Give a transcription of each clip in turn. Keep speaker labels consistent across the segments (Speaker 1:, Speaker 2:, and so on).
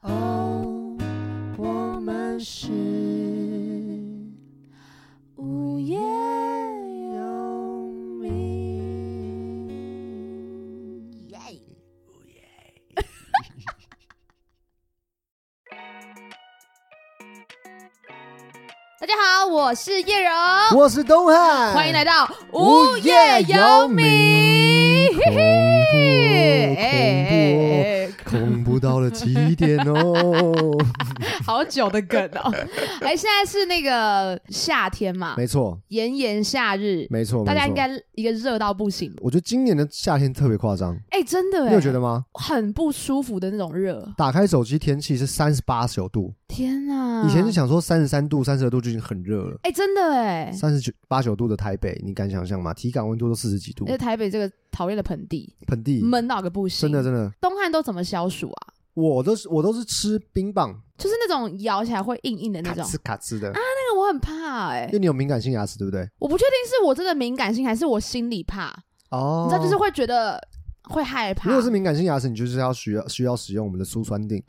Speaker 1: 哦我们是无业游民。耶！
Speaker 2: 大家好，我是叶柔，
Speaker 1: 我是东汉，
Speaker 2: 欢迎来
Speaker 1: 到
Speaker 2: 到
Speaker 1: 无
Speaker 2: 无
Speaker 1: 业
Speaker 2: 业
Speaker 1: 游
Speaker 2: 游
Speaker 1: 民哦
Speaker 2: 民。嘿哎嘿
Speaker 1: 恐
Speaker 2: 哎哎
Speaker 1: 怖哦，恐怖到了极点哦！
Speaker 2: 好久的梗哦！哎，现在是那个夏天嘛，
Speaker 1: 没错，
Speaker 2: 炎炎夏日，
Speaker 1: 没错，
Speaker 2: 大家
Speaker 1: 没错
Speaker 2: 应该一个热到不行吧。
Speaker 1: 我觉得今年的夏天特别夸张，
Speaker 2: 哎，真的哎，
Speaker 1: 你有觉得吗？
Speaker 2: 很不舒服的那种热？
Speaker 1: 打开手机，天气是三十八九度，
Speaker 2: 天哪！
Speaker 1: 以前是想说三十三度、三十二度就已经很热了。
Speaker 2: 哎，真的哎，
Speaker 1: 三十九八九度的台北，你敢想象吗？体感温度都四十几度
Speaker 2: 而，且台北这个讨厌的盆地，
Speaker 1: 盆地
Speaker 2: 呃闷到个不行。
Speaker 1: 真的真的，
Speaker 2: 东汉都怎么消暑啊？
Speaker 1: 我都是我都是吃冰棒，
Speaker 2: 就是那种咬起来会硬硬的那
Speaker 1: 咔
Speaker 2: 种，啊
Speaker 1: 哧咔哧的，
Speaker 2: 那个我很怕哎、
Speaker 1: 因为你有敏感性牙齿，对不对？
Speaker 2: 我不确定是我真的敏感性，还是我心里怕，
Speaker 1: 哦
Speaker 2: 你，知道，就是会觉得会害怕。
Speaker 1: 如果是敏感性牙齿，你就是要需要需要使用我们的 苏酸定，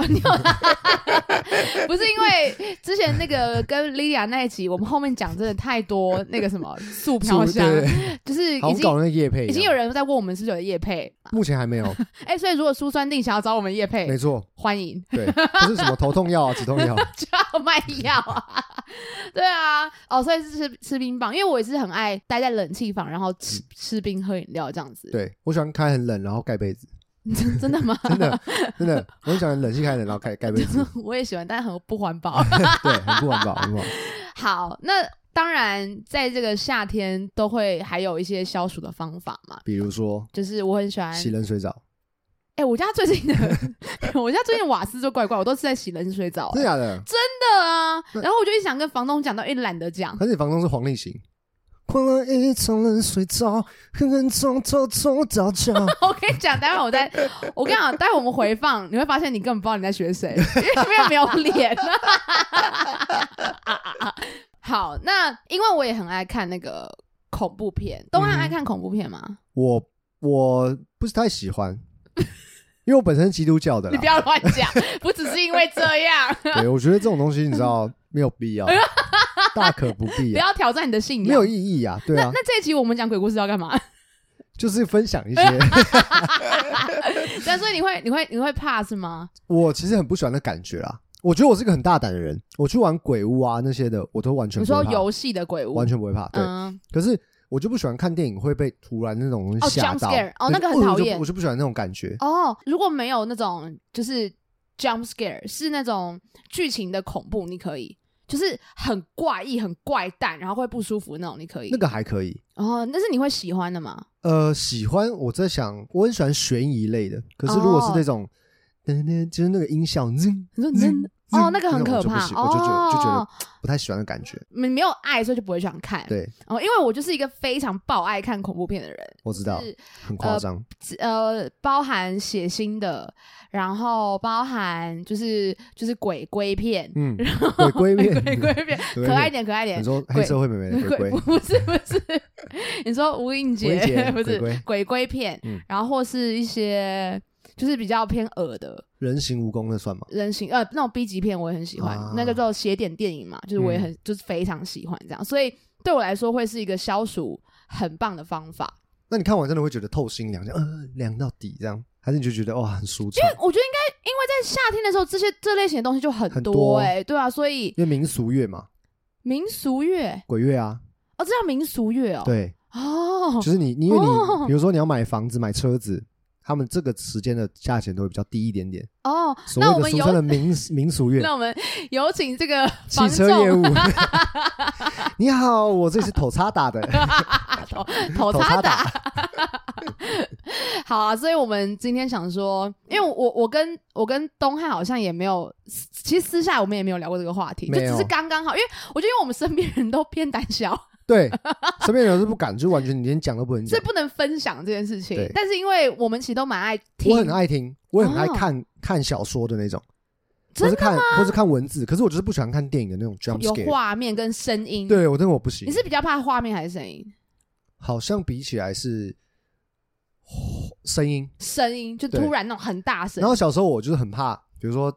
Speaker 2: 不是因为之前那个跟莉莉亚那一集，我们后面讲真的太多那个什么素飘
Speaker 1: 对
Speaker 2: 香，
Speaker 1: 对，对
Speaker 2: 就是
Speaker 1: 好
Speaker 2: 已
Speaker 1: 像搞
Speaker 2: 经
Speaker 1: 那个叶配一样，
Speaker 2: 已经有人在问我们是不是有叶配，
Speaker 1: 目前还没有，
Speaker 2: 哎、所以如果苏酸定想要找我们叶配
Speaker 1: 没，错，
Speaker 2: 欢迎
Speaker 1: 对，不是什么头痛药啊、止痛药，
Speaker 2: 就要卖药啊， 对啊，哦，所以是吃吃冰棒，因为我也是很爱待在冷气房，然后吃吃冰喝饮料这样子，
Speaker 1: 嗯对我喜欢开很冷，然后盖被子，
Speaker 2: 真真的吗？
Speaker 1: 真的真的，我很喜欢冷气开冷，然后盖盖被子，
Speaker 2: 我也喜欢，但很不环保。
Speaker 1: 对，很不环保，很不环保，
Speaker 2: 好，那当然，在这个夏天都会还有一些消暑的方法嘛，
Speaker 1: 比如说
Speaker 2: 就是我很喜欢，
Speaker 1: 洗冷水澡，
Speaker 2: 哎、我家最近的， 我家最近瓦斯就怪怪，我都是在洗冷水澡、啊
Speaker 1: 真的假的？
Speaker 2: 真的啊。然后我就一直想跟房东讲，但也懒得讲。
Speaker 1: 可是你房东是黄立行。灌了一场冷水澡，狠狠从头痛到脚。
Speaker 2: 我跟你讲，待会儿我再，我跟你讲，待会儿我们回放，你会发现你根本不知道你在学谁，因为因为没有脸。 好，那因为我也很爱看那个恐怖片，东汉爱看恐怖片吗？
Speaker 1: 我我不是太喜欢，因为我本身是基督教的
Speaker 2: 你
Speaker 1: 啦
Speaker 2: 不。要乱讲，不只是因为这样，
Speaker 1: 对，我觉得这种东西你知道没有 必要，大可不必
Speaker 2: 不
Speaker 1: 啊，
Speaker 2: 要挑战你的信仰。
Speaker 1: 没有意义啊。对
Speaker 2: 那
Speaker 1: 啊，
Speaker 2: 那这一集我们讲鬼故事要干嘛？
Speaker 1: 就是分享一些。
Speaker 2: 但所以你会你会你会怕是吗？
Speaker 1: 我其实很不喜欢那感觉啦。我觉得我是个很大胆的人，我去玩鬼屋啊那些的，我都完全
Speaker 2: 你
Speaker 1: 不会
Speaker 2: 说
Speaker 1: 怕，
Speaker 2: 游戏的鬼屋
Speaker 1: 完，全不会怕。对，
Speaker 2: 嗯，
Speaker 1: 可是我就不喜欢看电影会被突然那种东
Speaker 2: 哦
Speaker 1: 西吓
Speaker 2: ，jump
Speaker 1: 到
Speaker 2: scare，。哦
Speaker 1: 对
Speaker 2: 那个很
Speaker 1: 我就
Speaker 2: 讨厌
Speaker 1: 我就不喜欢那种感觉。
Speaker 2: 哦，如果没有那种就是 jump scare，是那种剧情的恐怖，你可以。就是很怪异、很怪诞，然后会不舒服那种，你可以。
Speaker 1: 那个还可以。
Speaker 2: 哦，那是你会喜欢的吗？
Speaker 1: 呃，喜欢我在想，我很喜欢悬疑类的，可是如果是
Speaker 2: 哦
Speaker 1: 那种，噔噔，就是那个音效，嗯
Speaker 2: 你说
Speaker 1: 嗯
Speaker 2: 真的哦，那个很
Speaker 1: 我
Speaker 2: 可
Speaker 1: 就不
Speaker 2: 怕
Speaker 1: 喜，我就觉得
Speaker 2: 哦，
Speaker 1: 就觉得不太喜欢的感 觉。
Speaker 2: 没没有爱，所以就不会想看。
Speaker 1: 对，
Speaker 2: 哦，因为我就是一个非常爆爱看恐怖片的人，
Speaker 1: 我知道
Speaker 2: 是，
Speaker 1: 很夸张。
Speaker 2: 呃，包含血腥的，然后包含就是就是鬼龟片，
Speaker 1: 嗯，
Speaker 2: 鬼
Speaker 1: 鬼龟面，
Speaker 2: 龟片，
Speaker 1: 鬼
Speaker 2: 可爱一。点，可爱一点
Speaker 1: 你，说黑
Speaker 2: 鬼
Speaker 1: 社会妹妹的鬼
Speaker 2: 不
Speaker 1: 龟，
Speaker 2: 不是不是，你说吴映
Speaker 1: 吴映洁
Speaker 2: 洁不
Speaker 1: 鬼
Speaker 2: 是
Speaker 1: 鬼
Speaker 2: 鬼龟片
Speaker 1: 嗯，
Speaker 2: 然后或是一些。就是比较偏恶的
Speaker 1: 人形蜈蚣那算吗？
Speaker 2: 人形，呃，那种 B 级片我也很喜欢，
Speaker 1: 啊嗯
Speaker 2: 那叫做邪典电影嘛，就是我也很、就是非常喜欢这样，所以对我来说会是一个消暑很棒的方法。
Speaker 1: 那你看完真的会觉得透心凉，这样呃凉到底这样，还是你就觉得哇很舒畅？
Speaker 2: 我觉得应该，因为在夏天的时候，这些这类型的东西就很
Speaker 1: 很多
Speaker 2: 多哎、对啊，所以
Speaker 1: 因为民俗乐嘛，
Speaker 2: 民俗乐
Speaker 1: 鬼乐啊，
Speaker 2: 哦，这叫民俗乐哦，
Speaker 1: 对，
Speaker 2: 哦，
Speaker 1: 就是你，你因为你
Speaker 2: 哦
Speaker 1: 比如说你要买房子、买车子，他们这个时间的价钱都会比较低一点点。
Speaker 2: 哦，
Speaker 1: 所
Speaker 2: 那我
Speaker 1: 谓的
Speaker 2: 们
Speaker 1: 俗
Speaker 2: 有
Speaker 1: 称的 民民俗乐，
Speaker 2: 那我们有请这个
Speaker 1: 汽
Speaker 2: 房
Speaker 1: 车业
Speaker 2: 仲
Speaker 1: 务。 你好，我这里是头叉打的，
Speaker 2: 头
Speaker 1: 头
Speaker 2: 擦
Speaker 1: 叉
Speaker 2: 打，，好啊，所以我们今天想说，因为我我跟我跟东汉好像也没有，其实私下我们也没有聊过这个话题，就
Speaker 1: 没有
Speaker 2: 只是刚刚好，因为我觉得因为我们身边人都偏胆 小，
Speaker 1: 对，身边人是不敢，就完全你连讲都不能
Speaker 2: 所
Speaker 1: 讲
Speaker 2: 以。不能分享这件事情
Speaker 1: 对。
Speaker 2: 但是因为我们其实都蛮爱听，
Speaker 1: 我很爱听，我也很爱
Speaker 2: 哦
Speaker 1: 看看小说的那种，或
Speaker 2: 真
Speaker 1: 是看或是看文字，可是我就是不喜欢看电影的那种 jump
Speaker 2: 有
Speaker 1: scare。
Speaker 2: 画面跟声音。，
Speaker 1: 对我真的我不行
Speaker 2: 嗯你，是比较怕画面还是声音？
Speaker 1: 好像比起来是哦声音。
Speaker 2: 声音就
Speaker 1: 对
Speaker 2: 突然那种很大声
Speaker 1: 然。后小时候我就是很怕，比如说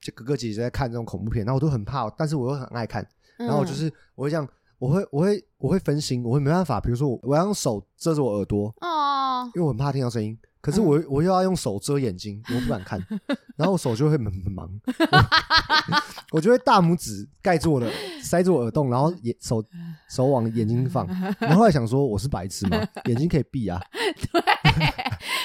Speaker 1: 就哥哥姐姐在看这种恐怖片，然后我都很怕，但是我又很爱看，
Speaker 2: 然
Speaker 1: 然后我就是我会这样，我会我会我会分心，我会没办法，比如说我我要用手遮着我耳朵，
Speaker 2: 哦，
Speaker 1: 因为我很怕听到声音，可是
Speaker 2: 嗯
Speaker 1: 我、我又要用手遮眼睛，我不 敢看，然后我手就会很很忙， 我我就会大拇指盖住我的，塞住我耳洞，然后眼手手往眼 睛放，然后后来想说我是白痴吗？眼睛可以闭啊，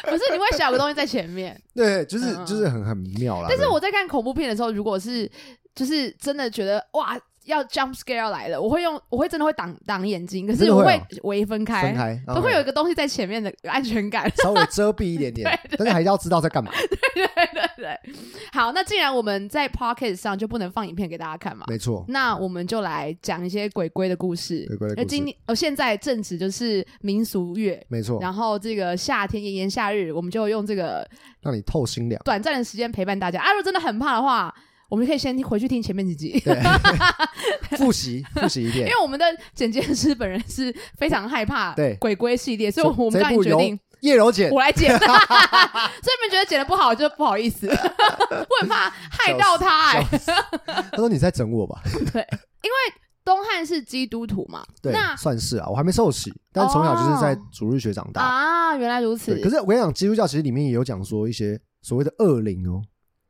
Speaker 2: 不是你会想有个东西在前面，
Speaker 1: 对，就是
Speaker 2: 嗯嗯
Speaker 1: 就是很很妙啦。
Speaker 2: 但是
Speaker 1: 对
Speaker 2: 我在看恐怖片的时候，如果是就是真的觉得哇要 jump scare 要来了，我会用我会真的会挡挡眼睛，可
Speaker 1: 真
Speaker 2: 是
Speaker 1: 的会
Speaker 2: 我
Speaker 1: 哦
Speaker 2: 会微分开，
Speaker 1: 分开
Speaker 2: 都会有一
Speaker 1: 嗯
Speaker 2: 个东西在前面的安全感。
Speaker 1: 稍微遮蔽一点点，但是还是要知道在干嘛，
Speaker 2: 对对对，好，那既然我们在 Pocket 上就不能放影片给大家看嘛，
Speaker 1: 没错。
Speaker 2: 那我们就来讲一些鬼鬼的故事。
Speaker 1: 鬼鬼的
Speaker 2: 那
Speaker 1: 故事
Speaker 2: 今年哦，现在正值就是民俗月，
Speaker 1: 没错，
Speaker 2: 然后这个夏天炎炎夏日，我们就用这个
Speaker 1: 让你透 心凉。
Speaker 2: 短暂的时间陪伴大家。啊，如果真的很怕的话，我们可以先回去听前面几集。
Speaker 1: 对，复习复习一
Speaker 2: 因
Speaker 1: 遍。
Speaker 2: 为我们的剪接师本人是非常害怕
Speaker 1: 对
Speaker 2: 鬼鬼系列，所以我们
Speaker 1: 这
Speaker 2: 刚
Speaker 1: 部
Speaker 2: 决
Speaker 1: 由
Speaker 2: 定
Speaker 1: 叶柔 姐
Speaker 2: 我来剪，所以你们觉得剪的不好就不好意思了， 我很怕害到他、哎，
Speaker 1: 笑死 他说你在整我吧？
Speaker 2: 东汉是基督徒嘛？
Speaker 1: 对
Speaker 2: 那，哦
Speaker 1: 算是啊，我还没受洗，但从小就是在主日学长大。
Speaker 2: 啊，原来如此
Speaker 1: 对，。可是我跟你讲，基督教其实里面也有讲说一些所谓的恶灵哦，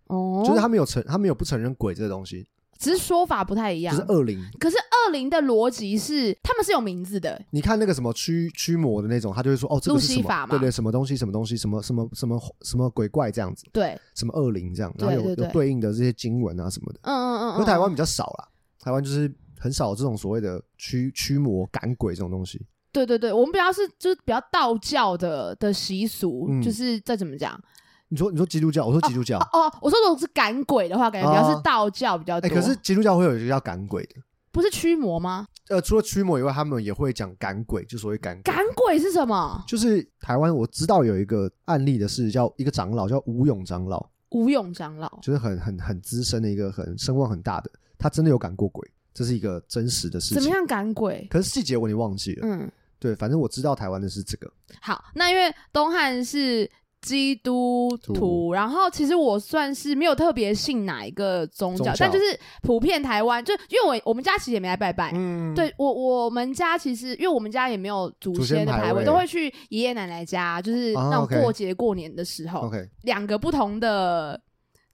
Speaker 2: 哦，
Speaker 1: 就是他们有承，他们有不承认鬼这个东西，
Speaker 2: 只是说法不太一
Speaker 1: 就
Speaker 2: 样。
Speaker 1: 是恶灵。
Speaker 2: 可是恶灵的逻辑是，他们是有名字的，
Speaker 1: 你看那个什么驱驱魔的那种，他就会说哦，这个是
Speaker 2: 路西
Speaker 1: 什
Speaker 2: 法
Speaker 1: 么？
Speaker 2: 嘛
Speaker 1: 对对，什么东西，什么东西，什么什么什么什么鬼怪这样子，
Speaker 2: 对，
Speaker 1: 什么恶灵这样，然
Speaker 2: 对
Speaker 1: 后有
Speaker 2: 对对
Speaker 1: 有对应的这些经文啊什么的。
Speaker 2: 嗯嗯嗯
Speaker 1: 可
Speaker 2: 嗯。
Speaker 1: 是台湾比较少啦，台湾就是很少这种所谓的驱驱魔赶鬼这种东西。
Speaker 2: 对对对，我们比较是就是比较道教的的习俗，
Speaker 1: 嗯
Speaker 2: 就是再怎么讲
Speaker 1: 你说你说基督教，我说基督教，
Speaker 2: 哦哦，我说如果是赶鬼的话，感觉比较
Speaker 1: 哦
Speaker 2: 是道教比较
Speaker 1: 哎、
Speaker 2: 多。
Speaker 1: 可是基督教会有一个叫赶鬼的，
Speaker 2: 不是驱魔吗？
Speaker 1: 呃，除了驱魔以外，他们也会讲赶鬼，就所谓赶鬼。
Speaker 2: 赶鬼是什么？
Speaker 1: 就是台湾我知道有一个案例的是叫一个长老叫吴勇长老，
Speaker 2: 吴勇长老
Speaker 1: 就是很很很资深的一个很声望很大的，他真的有赶过鬼，这是一个真实的事
Speaker 2: 怎么
Speaker 1: 情。
Speaker 2: 样赶鬼？
Speaker 1: 可是细节我已经忘记了，
Speaker 2: 嗯，
Speaker 1: 对，反正我知道台湾的是这个，
Speaker 2: 好，那因为东汉是基督徒，
Speaker 1: 徒
Speaker 2: 然后其实我算是没有特别信哪一个宗教，
Speaker 1: 宗教
Speaker 2: 但就是普遍台湾，就因为我我们家其实也没来拜拜。
Speaker 1: 嗯，
Speaker 2: 对我，我们家其实因为我们家也没有祖
Speaker 1: 祖先
Speaker 2: 先的
Speaker 1: 牌
Speaker 2: 牌位，
Speaker 1: 位
Speaker 2: 都会去爷爷奶奶家，就是
Speaker 1: 啊
Speaker 2: 那种
Speaker 1: OK
Speaker 2: 过节过年的时候，
Speaker 1: ，OK，
Speaker 2: 两个不同的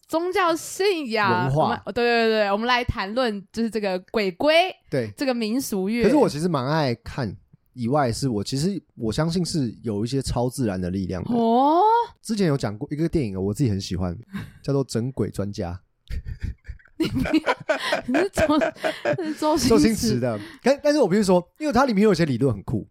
Speaker 2: 宗教信仰
Speaker 1: 文化
Speaker 2: 我们对对对，我们来谈论就是这个鬼鬼
Speaker 1: 对。
Speaker 2: 这个民俗乐。
Speaker 1: 可是我其实蛮爱看，以外是我其实我相信是有一些超自然的力量的。
Speaker 2: 哦，
Speaker 1: 之前有讲过一个电影，啊我自己很喜欢，叫做《整鬼专家》。
Speaker 2: 你是周 你是周
Speaker 1: 周
Speaker 2: 星
Speaker 1: 星
Speaker 2: 驰
Speaker 1: 驰的。但但是我必须说，因为它里面有一些理论很酷。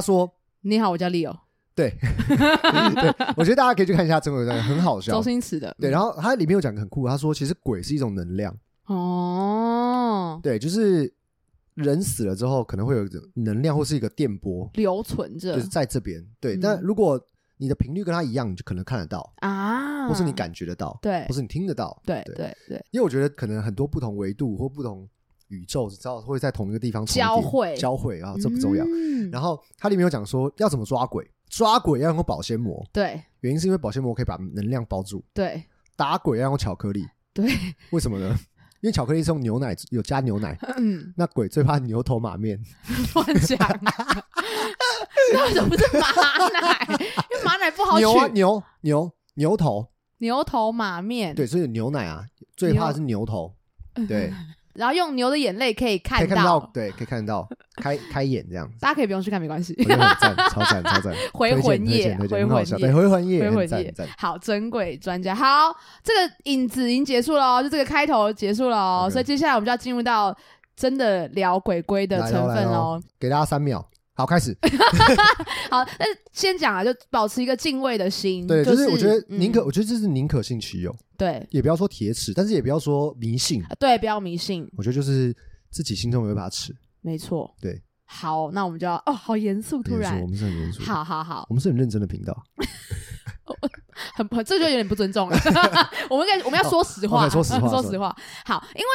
Speaker 1: 说，
Speaker 2: 你好，我叫 Leo，
Speaker 1: 对，对，我觉得大家可以去看一下《真鬼传》，很好笑
Speaker 2: 周。星驰的。
Speaker 1: 啊对，然后他里面有讲个很酷，他说其实鬼是一种能量，
Speaker 2: 哦，
Speaker 1: 对，就是人死了之后可能会有一种能量或是一个电波，
Speaker 2: 留存着
Speaker 1: 就是在这边。对，
Speaker 2: 嗯
Speaker 1: 但如果你的频率跟他一样，你就可能看得到，
Speaker 2: 啊，
Speaker 1: 或是你感觉得到，
Speaker 2: 对
Speaker 1: 或是你听得到。
Speaker 2: 对
Speaker 1: 对
Speaker 2: 对对
Speaker 1: 因为我觉得可能很多不同维度或不同宇宙，你知道会在同一个地方重叠
Speaker 2: 交汇
Speaker 1: 交汇啊，这不重要。
Speaker 2: 嗯
Speaker 1: 然后它里面有讲说要怎么抓鬼，抓鬼要用保鲜膜，
Speaker 2: 对
Speaker 1: 原因是因为保鲜膜可以把能量包住；
Speaker 2: 对
Speaker 1: 打鬼要用巧克力，
Speaker 2: 对，
Speaker 1: 为什么呢？因为巧克力是用牛奶有加牛 奶，
Speaker 2: 嗯，
Speaker 1: 那鬼最怕牛头马面，
Speaker 2: 乱讲。啊那为什么不是马奶？因为马奶不好取
Speaker 1: 牛。啊牛牛牛头，
Speaker 2: 牛头马面，
Speaker 1: 对，所以牛奶啊最怕是牛头， 对，
Speaker 2: 然后用牛的眼泪可以
Speaker 1: 可
Speaker 2: 看
Speaker 1: 以看得到，对，可以看得到，开开眼 这样子。
Speaker 2: 大家可以不用去看，没关系。
Speaker 1: 我觉得很赞，超赞，超赞！
Speaker 2: 回
Speaker 1: 推荐
Speaker 2: 魂夜回
Speaker 1: 推荐推荐很好
Speaker 2: 魂
Speaker 1: 笑
Speaker 2: 夜
Speaker 1: 对，回魂夜，
Speaker 2: 回
Speaker 1: 很
Speaker 2: 魂
Speaker 1: 赞，
Speaker 2: 夜
Speaker 1: 很赞。
Speaker 2: 好，真鬼专家，好，这个引子已经结束了哦，就这个开头结束了哦
Speaker 1: OK
Speaker 2: 所以接下来我们就要进入到真的聊鬼鬼的
Speaker 1: 来
Speaker 2: 成
Speaker 1: 咯来
Speaker 2: 分
Speaker 1: 咯
Speaker 2: 哦。
Speaker 1: 给大家三秒，好，开始。
Speaker 2: 好，但是先讲啊，就保持一个敬畏的心，
Speaker 1: 对，
Speaker 2: 就
Speaker 1: 就是我觉得宁可，
Speaker 2: 嗯
Speaker 1: 我觉得这是宁可信其有，
Speaker 2: 对呃
Speaker 1: 也不要说铁齿，但是也不要说迷信。
Speaker 2: 对，不要迷信，
Speaker 1: 我觉得就是自己心中有一把尺。
Speaker 2: 没错，
Speaker 1: 对。
Speaker 2: 好，那我们就要哦，好严肃，突
Speaker 1: 严肃，
Speaker 2: 然
Speaker 1: 我，们是很严肃，，
Speaker 2: 好好好，
Speaker 1: 我们是很认真的频道。
Speaker 2: 很很这就有点不尊重了。 我们应该我们要说实话，
Speaker 1: 哦，OK，说实 话
Speaker 2: 说实话。好，因为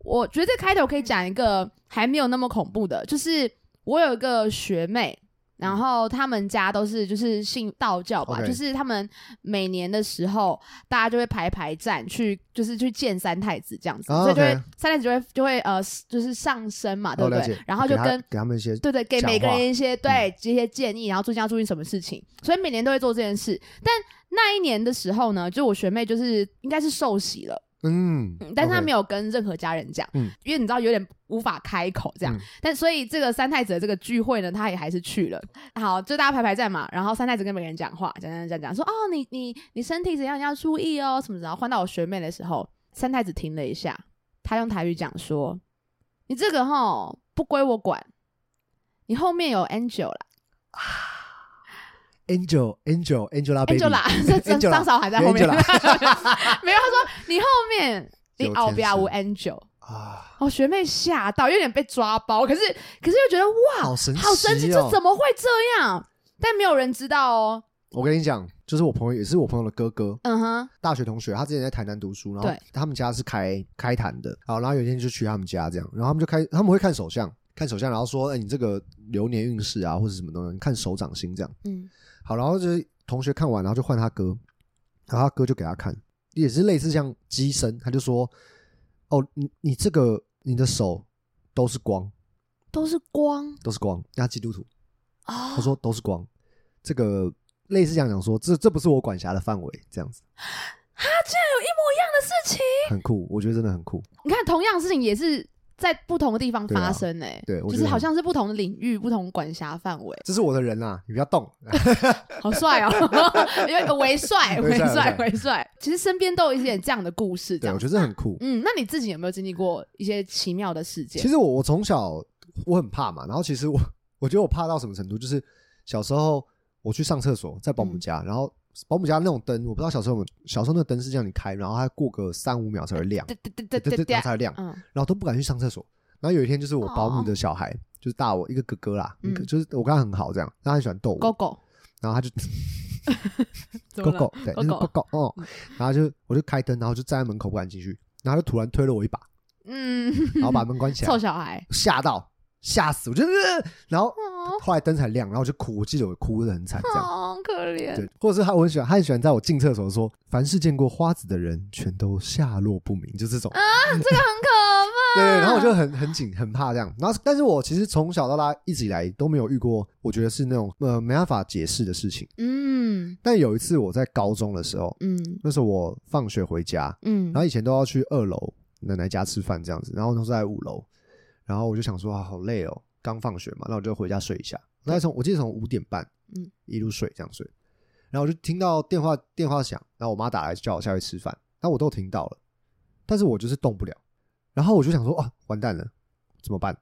Speaker 2: 我觉得这开头可以讲一个还没有那么恐怖的，就是我有一个学妹，然后他们家都是就是信道教吧
Speaker 1: 嗯 OK
Speaker 2: 就是他们每年的时候，大家就会排排站去，就是去见三太子这样子
Speaker 1: 哦
Speaker 2: 所以就会
Speaker 1: OK
Speaker 2: 三太子就会就会呃就是上升嘛，对
Speaker 1: 哦，
Speaker 2: 不
Speaker 1: 了
Speaker 2: 啊对
Speaker 1: 解？。
Speaker 2: 然后就
Speaker 1: 给他
Speaker 2: 跟
Speaker 1: 给他们一些
Speaker 2: 对对，给
Speaker 1: 讲
Speaker 2: 每个
Speaker 1: 话嗯
Speaker 2: 人一些对一些建议，然后最近要注意什么事情，所以每年都会做这件事。但那一年的时候呢，就我学妹就是应该是受洗了，
Speaker 1: 嗯
Speaker 2: 嗯，但是她没
Speaker 1: 有
Speaker 2: 有跟任何家人讲，
Speaker 1: 嗯
Speaker 2: 因为你知道有点无法开口这样。
Speaker 1: 嗯
Speaker 2: 但所以这个三太子的这个聚会呢，她也还是去了。好，就大家排排站嘛，然后三太子跟每个人讲话，讲讲讲讲，说哦，你你你身体怎样，你要注意哦什么的。然后换到我学妹的时候，三太子停了一下，他用台语讲说：“你这个哈不归我管，你后面有 Angel
Speaker 1: 啊
Speaker 2: 啦
Speaker 1: Angel Angel Angela Baby
Speaker 2: ，Angel 啦， 这这
Speaker 1: Angela，
Speaker 2: 张韶涵在后面，
Speaker 1: 有
Speaker 2: 没有，他 说你后面你
Speaker 1: 有
Speaker 2: 奥比亚
Speaker 1: 天
Speaker 2: 无
Speaker 1: 使
Speaker 2: Angel。”
Speaker 1: 啊，
Speaker 2: 哦，学妹吓到，有点被抓包，可是可是又觉得哇，
Speaker 1: 好神奇
Speaker 2: 好神奇，
Speaker 1: 哦
Speaker 2: 这怎么会这样？但没有人知道哦。
Speaker 1: 我跟你讲，就是我朋友也是我朋友的哥哥，
Speaker 2: 嗯哼，
Speaker 1: 大学同学，他之前在台南读书，然后
Speaker 2: 对
Speaker 1: 他们家是开开坛的，好，然后有一天就去他们家这样，然后他们就开，他们会看手相，看手相，然后说，哎、你这个流年运势啊，或者什么东西，你看手掌心这样，
Speaker 2: 嗯，
Speaker 1: 好，然后就是同学看完，然后就换他哥，然后他哥就给他看，也是类似像机身，他就说，哦，你你这个你的手都是光，
Speaker 2: 都是光
Speaker 1: 都是光，他基督徒，
Speaker 2: 啊
Speaker 1: 他说都是光，这个类似这样讲说，这这不是我管辖的范围，这样子
Speaker 2: 有一模一样的事情。
Speaker 1: 很酷，我觉得真的很酷。
Speaker 2: 你看，同样的事情也是在不同的地方发生呢、
Speaker 1: 对啊对我
Speaker 2: 就
Speaker 1: 觉得
Speaker 2: 是好像是不同的领域、不同管辖范围，
Speaker 1: 这是我的人 啦、你不要动。
Speaker 2: 好帅哦，因为为帅，为
Speaker 1: 微帅
Speaker 2: 帅，
Speaker 1: 微
Speaker 2: 为帅。其实身边都有一点这样的故事，这
Speaker 1: 对，
Speaker 2: 样
Speaker 1: 我。觉得这很酷。
Speaker 2: 嗯，那你自己有没有经历过一些奇妙的事件
Speaker 1: 其？实我我从小我很怕嘛，然后其实我我觉得我怕到什么程度，就是小时候我去上厕所在保
Speaker 2: 嗯
Speaker 1: 姆家，然后保姆家那种灯，我不知道小时候有没有小时候那个灯是这样你开，然后它过个三五秒才会亮，
Speaker 2: 对对对
Speaker 1: 对
Speaker 2: 对对
Speaker 1: 对对，
Speaker 2: 对
Speaker 1: 然后，才会亮，
Speaker 2: 嗯，哦
Speaker 1: 然后都不敢去上厕所。然后有一天就是我保姆的小孩，就是大我一个哥哥啦，
Speaker 2: 嗯
Speaker 1: 就是我跟他很好这样，他很喜欢逗我，
Speaker 2: 狗狗，
Speaker 1: 然后他就
Speaker 2: 怎
Speaker 1: 狗
Speaker 2: 么了
Speaker 1: 狗，对，就是
Speaker 2: 狗嗯
Speaker 1: 狗狗哦，然后就我就开灯，然后就站在门口不敢进去，然后他就突然推了我 一把，
Speaker 2: 嗯，
Speaker 1: 然后把门关起来
Speaker 2: 臭，小孩，
Speaker 1: 吓到，吓死，我就、呃，然后
Speaker 2: 哦，
Speaker 1: 后来灯才亮，然后我就哭，我记得我哭得很惨，这样。
Speaker 2: 好可怜。
Speaker 1: 对，或者是他，我很喜欢，他很喜欢在我进厕所说：“凡是见过花子的人，全都下落不明。”就这种，
Speaker 2: 很可
Speaker 1: 对对。然后我就很很紧，很怕这样。然后，但是我其实从小到大一直以来都没有遇过，我觉得是那种呃没办法解释的事情。
Speaker 2: 嗯
Speaker 1: 但有一次我在高中的时候，
Speaker 2: 嗯
Speaker 1: 那时候我放学回家，
Speaker 2: 嗯
Speaker 1: 然后以前都要去二楼奶奶家吃饭这样子，然后都是在五楼，然后我就想说啊，好累哦，刚放学嘛，那我就回家睡一下。那从我记得从五点半，
Speaker 2: 嗯
Speaker 1: 嗯，一路睡这样睡，然后我就听到电话电话响，然后我妈打来叫我下去吃饭，那我都听到了，但是我就是动不了，然后我就想说啊，完蛋了，怎么办？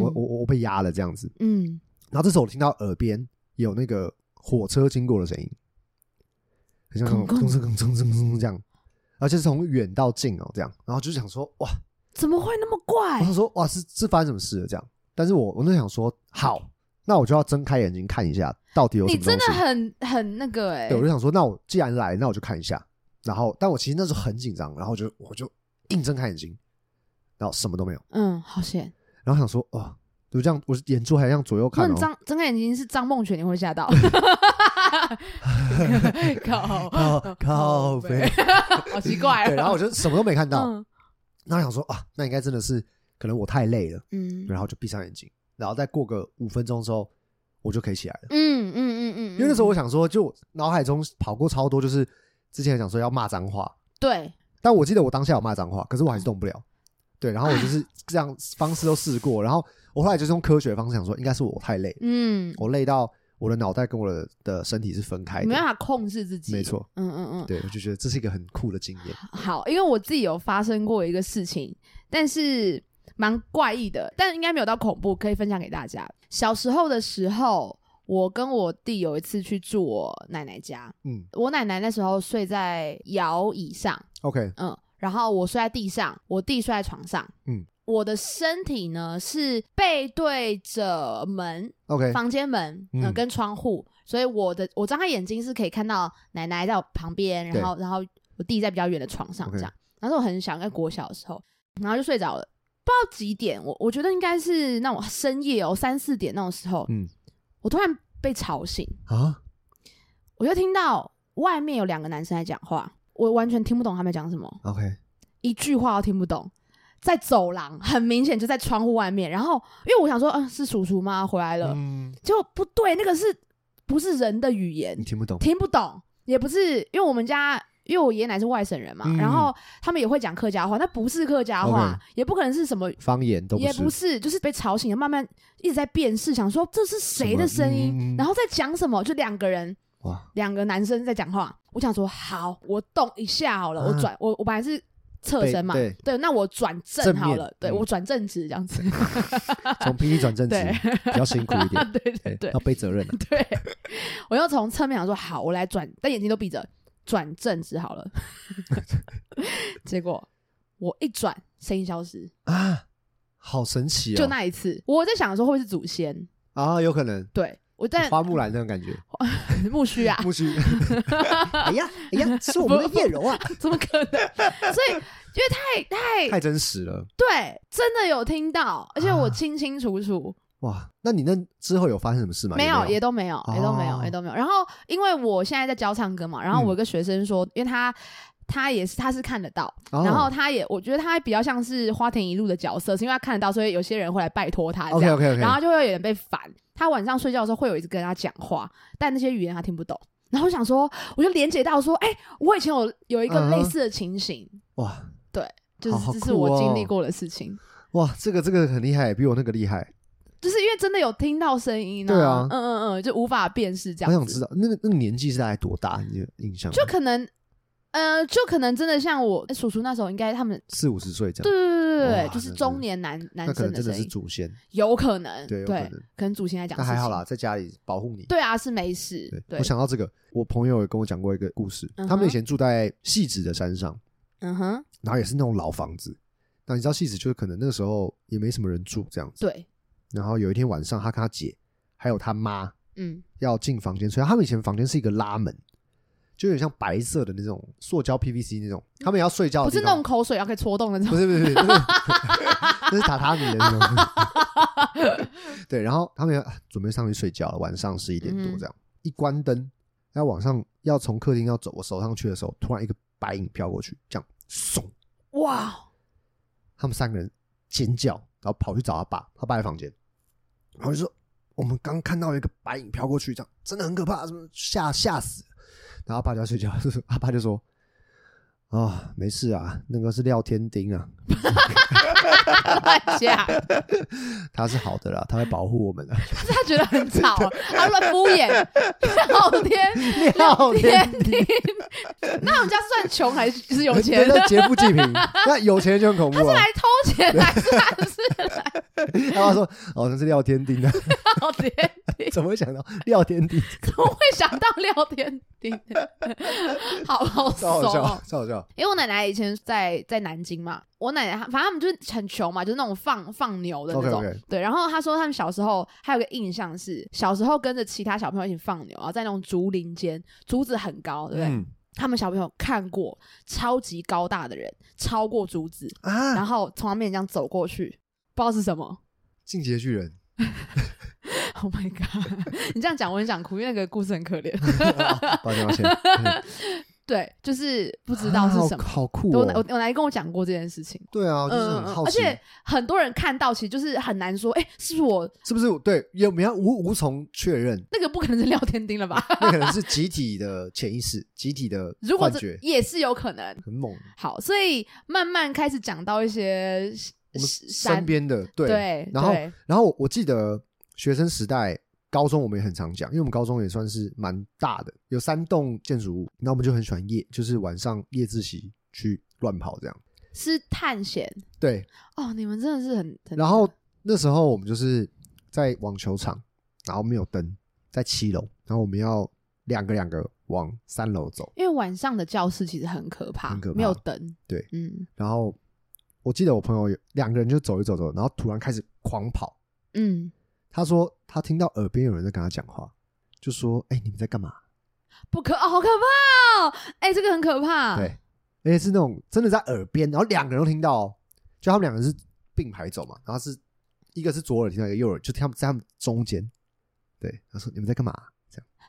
Speaker 1: 我我我我被压了这样子。
Speaker 2: 嗯
Speaker 1: 然后这时候我听到耳边有那个火车经过的声音，很像那种
Speaker 2: 空空
Speaker 1: 咚咚咚咚咚咚这样，而且是从远到近哦这样，然后就想说哇，
Speaker 2: 怎么会那么怪
Speaker 1: 我想说哇是是发生什么事了这样，但是我我那想说好，那我就要睁开眼睛看一下到底有什
Speaker 2: 你
Speaker 1: 么东
Speaker 2: 真的
Speaker 1: 西，
Speaker 2: 很很那个哎、
Speaker 1: 对，我就想说那我既然来，那我就看一下，然后但我其实那时候很紧张，然后我就我就硬睁开眼睛，然后什么都没有，
Speaker 2: 嗯，好险！
Speaker 1: 然后想说哇，就这样，我眼珠还这样左右
Speaker 2: 如果
Speaker 1: 看
Speaker 2: 你
Speaker 1: 哦，
Speaker 2: 张睁开眼睛是张梦雪，你会吓到。 靠
Speaker 1: 靠靠背，
Speaker 2: 好奇怪、哦。
Speaker 1: 对，然后我
Speaker 2: 就
Speaker 1: 就什么都没看到。
Speaker 2: 嗯
Speaker 1: 那我想说啊，那应该真的是可能我太累了，
Speaker 2: 嗯
Speaker 1: 然后就闭上眼睛，然后再过个五分钟之后，我就可以起来了。
Speaker 2: 嗯嗯嗯嗯，
Speaker 1: 因为那时候我想说，就脑海中跑过超多，就是之前想说要骂脏话，
Speaker 2: 对
Speaker 1: 但我记得我当下有骂脏话，可是我还是动不了。对，然后我就是这样方式都试过，然后我后来就是用科学的方式想说，应该是我太累了，
Speaker 2: 嗯，
Speaker 1: 我累到我的脑袋跟我的的身体是分开
Speaker 2: 你没办
Speaker 1: 的，
Speaker 2: 法控制自己。
Speaker 1: 没，错。
Speaker 2: 嗯嗯嗯，
Speaker 1: 对，我就觉得这是一个很酷的经验。
Speaker 2: 好，因为我自己有发生过一个事情，但是蛮怪异的，但应该没有到恐怖，可以分享给大家。小时候的时候，我跟我弟有一次去住我奶奶家，
Speaker 1: 嗯
Speaker 2: 我奶奶那时候睡在摇椅上，
Speaker 1: ，OK，
Speaker 2: 嗯，然后我睡在地上，我弟睡在床上，
Speaker 1: 嗯。
Speaker 2: 我的身体呢是背对着门，
Speaker 1: OK，
Speaker 2: 房间门，嗯、
Speaker 1: 嗯
Speaker 2: 跟窗户，所以我的我张开眼睛是可以看到奶奶在我旁边，然后然后我弟在比较远的床上
Speaker 1: OK
Speaker 2: 这样。然后我很小，在国小的时候，然后就睡着了，不知道几点，我我觉得应该是那种深夜哦，三四点那种时候，
Speaker 1: 嗯
Speaker 2: 我突然被吵醒，
Speaker 1: 啊，
Speaker 2: 我就听到外面有两个男生在讲话，我完全听不懂他们讲什么。
Speaker 1: ，OK，
Speaker 2: 一句话都听不懂，在走廊，很明显就在窗户外面。然后因为我想说，嗯、是叔叔吗？回来了，
Speaker 1: 嗯，
Speaker 2: 结果不对，那个是不是人的语言
Speaker 1: 你？听不懂，
Speaker 2: 听不懂，也不是，因为我们家。因为我爷爷奶奶是外省人嘛，
Speaker 1: 嗯
Speaker 2: 然后他们也会讲客家话，那不是客家话
Speaker 1: OK
Speaker 2: 也不可能是什么，
Speaker 1: 方言都
Speaker 2: 也
Speaker 1: 不
Speaker 2: 不
Speaker 1: 是，
Speaker 2: 是，就是被吵醒了，慢慢一直在辨识，想说这是谁的声音，
Speaker 1: 嗯嗯嗯
Speaker 2: 然后在讲什么，就两个人，
Speaker 1: 哇，
Speaker 2: 两个男生在讲话，我想说好，我动一下好了，
Speaker 1: 啊
Speaker 2: 我转我我本来是侧身嘛，
Speaker 1: 对
Speaker 2: 那我转正
Speaker 1: 正面
Speaker 2: 好了，对
Speaker 1: 嗯
Speaker 2: 我转正直这样子，
Speaker 1: 从 PD 转正职
Speaker 2: 对
Speaker 1: 比较辛苦 一点，
Speaker 2: 对对对
Speaker 1: 要背责任啊
Speaker 2: 对，我又从侧面想说好，我来转，但眼睛都闭着，转正直好了， 结果我一转，声音消失，
Speaker 1: 啊，好神奇哦，
Speaker 2: 就那一次，我在想说会不会是祖先，
Speaker 1: 啊，有可能
Speaker 2: 对我在
Speaker 1: 花木兰那种感觉，
Speaker 2: 木须啊，
Speaker 1: 木须，哎呀哎呀，是我们的叶柔啊，
Speaker 2: 怎么可能？所以因为太太
Speaker 1: 太真实了，
Speaker 2: 对，真的有听到，而且我
Speaker 1: 啊
Speaker 2: 清清楚楚，
Speaker 1: 哇，那你那之后有发生什么事吗？
Speaker 2: 没
Speaker 1: 啊有
Speaker 2: 有，也都没有，也都没有，
Speaker 1: 哦
Speaker 2: 也都没有。然后，因为我现在在教唱歌嘛，然后
Speaker 1: 嗯
Speaker 2: 我有个学生说，因为他他也是他是看得到，
Speaker 1: 哦
Speaker 2: 然后他也我觉得他比较像是花田一路的角色，是因为他看得到，所以有些人会来拜托他这
Speaker 1: OK
Speaker 2: 样，
Speaker 1: OK OK，
Speaker 2: 然后他就会有点被烦。他晚上睡觉的时候会有一直跟他讲话，但那些语言他听不懂。然后我想说，我就连接到说，哎、我以前有有一个
Speaker 1: 嗯哼
Speaker 2: 类似的情形，
Speaker 1: 哇
Speaker 2: 就是、
Speaker 1: 好好
Speaker 2: 这是
Speaker 1: 酷
Speaker 2: 我经历
Speaker 1: 哦
Speaker 2: 过的事情。
Speaker 1: 哇，这个这个很厉害，比我那个厉害，
Speaker 2: 就是因为真的有听到声音
Speaker 1: 对啊
Speaker 2: 嗯嗯嗯，就无法辨识这
Speaker 1: 我
Speaker 2: 样
Speaker 1: 想
Speaker 2: 子，
Speaker 1: 知道那个那个年纪是大概多大？你有印象吗？
Speaker 2: 就可能。呃，就可能真的像我、欸叔叔那时候，应该他们
Speaker 1: 四五十岁这
Speaker 2: 对
Speaker 1: 样，
Speaker 2: 对对对，
Speaker 1: 哇
Speaker 2: 就是
Speaker 1: 那
Speaker 2: 中
Speaker 1: 是
Speaker 2: 年男男
Speaker 1: 那可
Speaker 2: 生
Speaker 1: 能真的
Speaker 2: 声
Speaker 1: 是
Speaker 2: 音，
Speaker 1: 祖先，
Speaker 2: 有可能
Speaker 1: 对有可能
Speaker 2: 可能祖先来讲，
Speaker 1: 但还好啦，，在家里保护你。
Speaker 2: 对啊，是没事，对
Speaker 1: 我，想到这个，我朋友也跟我讲过一个故事，
Speaker 2: 嗯哼
Speaker 1: 他们以前住在戏子的山上，
Speaker 2: 嗯哼，
Speaker 1: 然后也是那种老房子。那你知道戏子就是可能那个时候也没什么人住这样子。
Speaker 2: 对，
Speaker 1: 然后有一天晚上，他跟他姐还有他妈
Speaker 2: 嗯，
Speaker 1: 要进房间，所以他们以前房间是一个拉门，就有点像白色的那种塑胶 PVC 那种，他们也要睡觉
Speaker 2: 不
Speaker 1: 的
Speaker 2: 是
Speaker 1: 地
Speaker 2: 那
Speaker 1: 方
Speaker 2: 种口水要可以戳动的那
Speaker 1: 不
Speaker 2: 种，
Speaker 1: 是不是不是，那个那是榻榻米的那种。 对，然后他们要准备上去睡觉了，晚上十一点多这样，一关灯，要往上要从客厅要走我手上去的时候，突然一个白影飘过去，这样嗖，
Speaker 2: 哇，
Speaker 1: 他们三个人尖叫，然后跑去找他爸，他爸在房间，然后就说我们刚看到一个白影飘过去，这样真的很可怕，什么吓吓死了。然后他爸就要睡觉，就 说他爸就说。啊、没事啊，那个是廖天丁啊，
Speaker 2: 乱 讲，
Speaker 1: 他是好的啦，他会保护我 们的。
Speaker 2: 是他觉得很吵，啊他乱敷衍，聊天。
Speaker 1: 廖
Speaker 2: 天听，那我们家算穷还是是有钱的？
Speaker 1: 那劫富济 贫，那有钱人就很恐怖
Speaker 2: 是
Speaker 1: 啊。
Speaker 2: 来偷钱还是他是
Speaker 1: 然后他说：“哦，那是廖天丁 的，
Speaker 2: 聊天钉？
Speaker 1: 怎么会想到廖天丁？
Speaker 2: 怎么会想到聊天钉？ 好好
Speaker 1: 超好
Speaker 2: 怂、
Speaker 1: 笑
Speaker 2: 哦！，
Speaker 1: 超好笑。
Speaker 2: 因为我奶奶以前在在南京嘛，我奶奶她反正他们就是很穷嘛，就是那种放放牛的那种。
Speaker 1: OK，OK
Speaker 2: 对，然后她说他们小时候还有个印象是，小时候跟着其他小朋友一起放牛，然后在那种竹林间，竹子很高，对不对？
Speaker 1: 嗯
Speaker 2: 他们小朋友看过超级高大的人超过竹子，
Speaker 1: 啊，
Speaker 2: 然后从他面前这样走过去，不知道是什么。
Speaker 1: 进阶 巨人，
Speaker 2: Oh my god！你这 样讲我很想哭，因为那个故事很可怜。
Speaker 1: 啊抱歉抱歉，嗯
Speaker 2: 对，就是 不知道是什么。
Speaker 1: 啊好好酷
Speaker 2: 对我奶我
Speaker 1: 哦。
Speaker 2: 我奶奶跟我讲过这件事情，
Speaker 1: 对啊，我
Speaker 2: 嗯
Speaker 1: 就是
Speaker 2: 嗯
Speaker 1: 很
Speaker 2: 嗯，
Speaker 1: 好
Speaker 2: 而
Speaker 1: 奇，
Speaker 2: 且很多人看到其实就是很难说，哎、是不是我
Speaker 1: 是不是对有没有无无从确认？
Speaker 2: 那个不可能是廖天丁了吧？
Speaker 1: 那可能是集体的潜意识，集体的
Speaker 2: 如果
Speaker 1: 幻
Speaker 2: 这
Speaker 1: 觉，
Speaker 2: 也是有可能。
Speaker 1: 很猛。
Speaker 2: 好，所以慢慢开始讲到一些
Speaker 1: 我们
Speaker 2: 山
Speaker 1: 身边的对，
Speaker 2: 对，
Speaker 1: 然后
Speaker 2: 对
Speaker 1: 然后我记得学生时代，高中我们也很常讲，因为我们高中也算是蛮大的，有三栋建筑物，那我们就很喜欢夜，就是晚上夜自习去乱跑这样。
Speaker 2: 是探险
Speaker 1: 对，
Speaker 2: 哦，你们真的是很很
Speaker 1: 然后那时候我们就是在网球场，然后没有灯，在七楼，然后我们要两个两个往三楼走，
Speaker 2: 因为晚上的教室其实很可怕，
Speaker 1: 很可怕
Speaker 2: 没有灯。
Speaker 1: 对，
Speaker 2: 嗯
Speaker 1: 然后我记得我朋友有两个人就走一走走，然后突然开始狂跑，
Speaker 2: 嗯，
Speaker 1: 他说他听到耳边有人在跟他讲话，就说：“哎、你们在干嘛？”
Speaker 2: 不可哦，好可怕哦！哎，这个很可怕。
Speaker 1: 对，而且是那种真的在耳边，然后两个人都听到、哦，就他们两个人是并排走嘛，然后是一个是左耳听到，一个右耳，就他们在他们中间，对，他说你们在干嘛？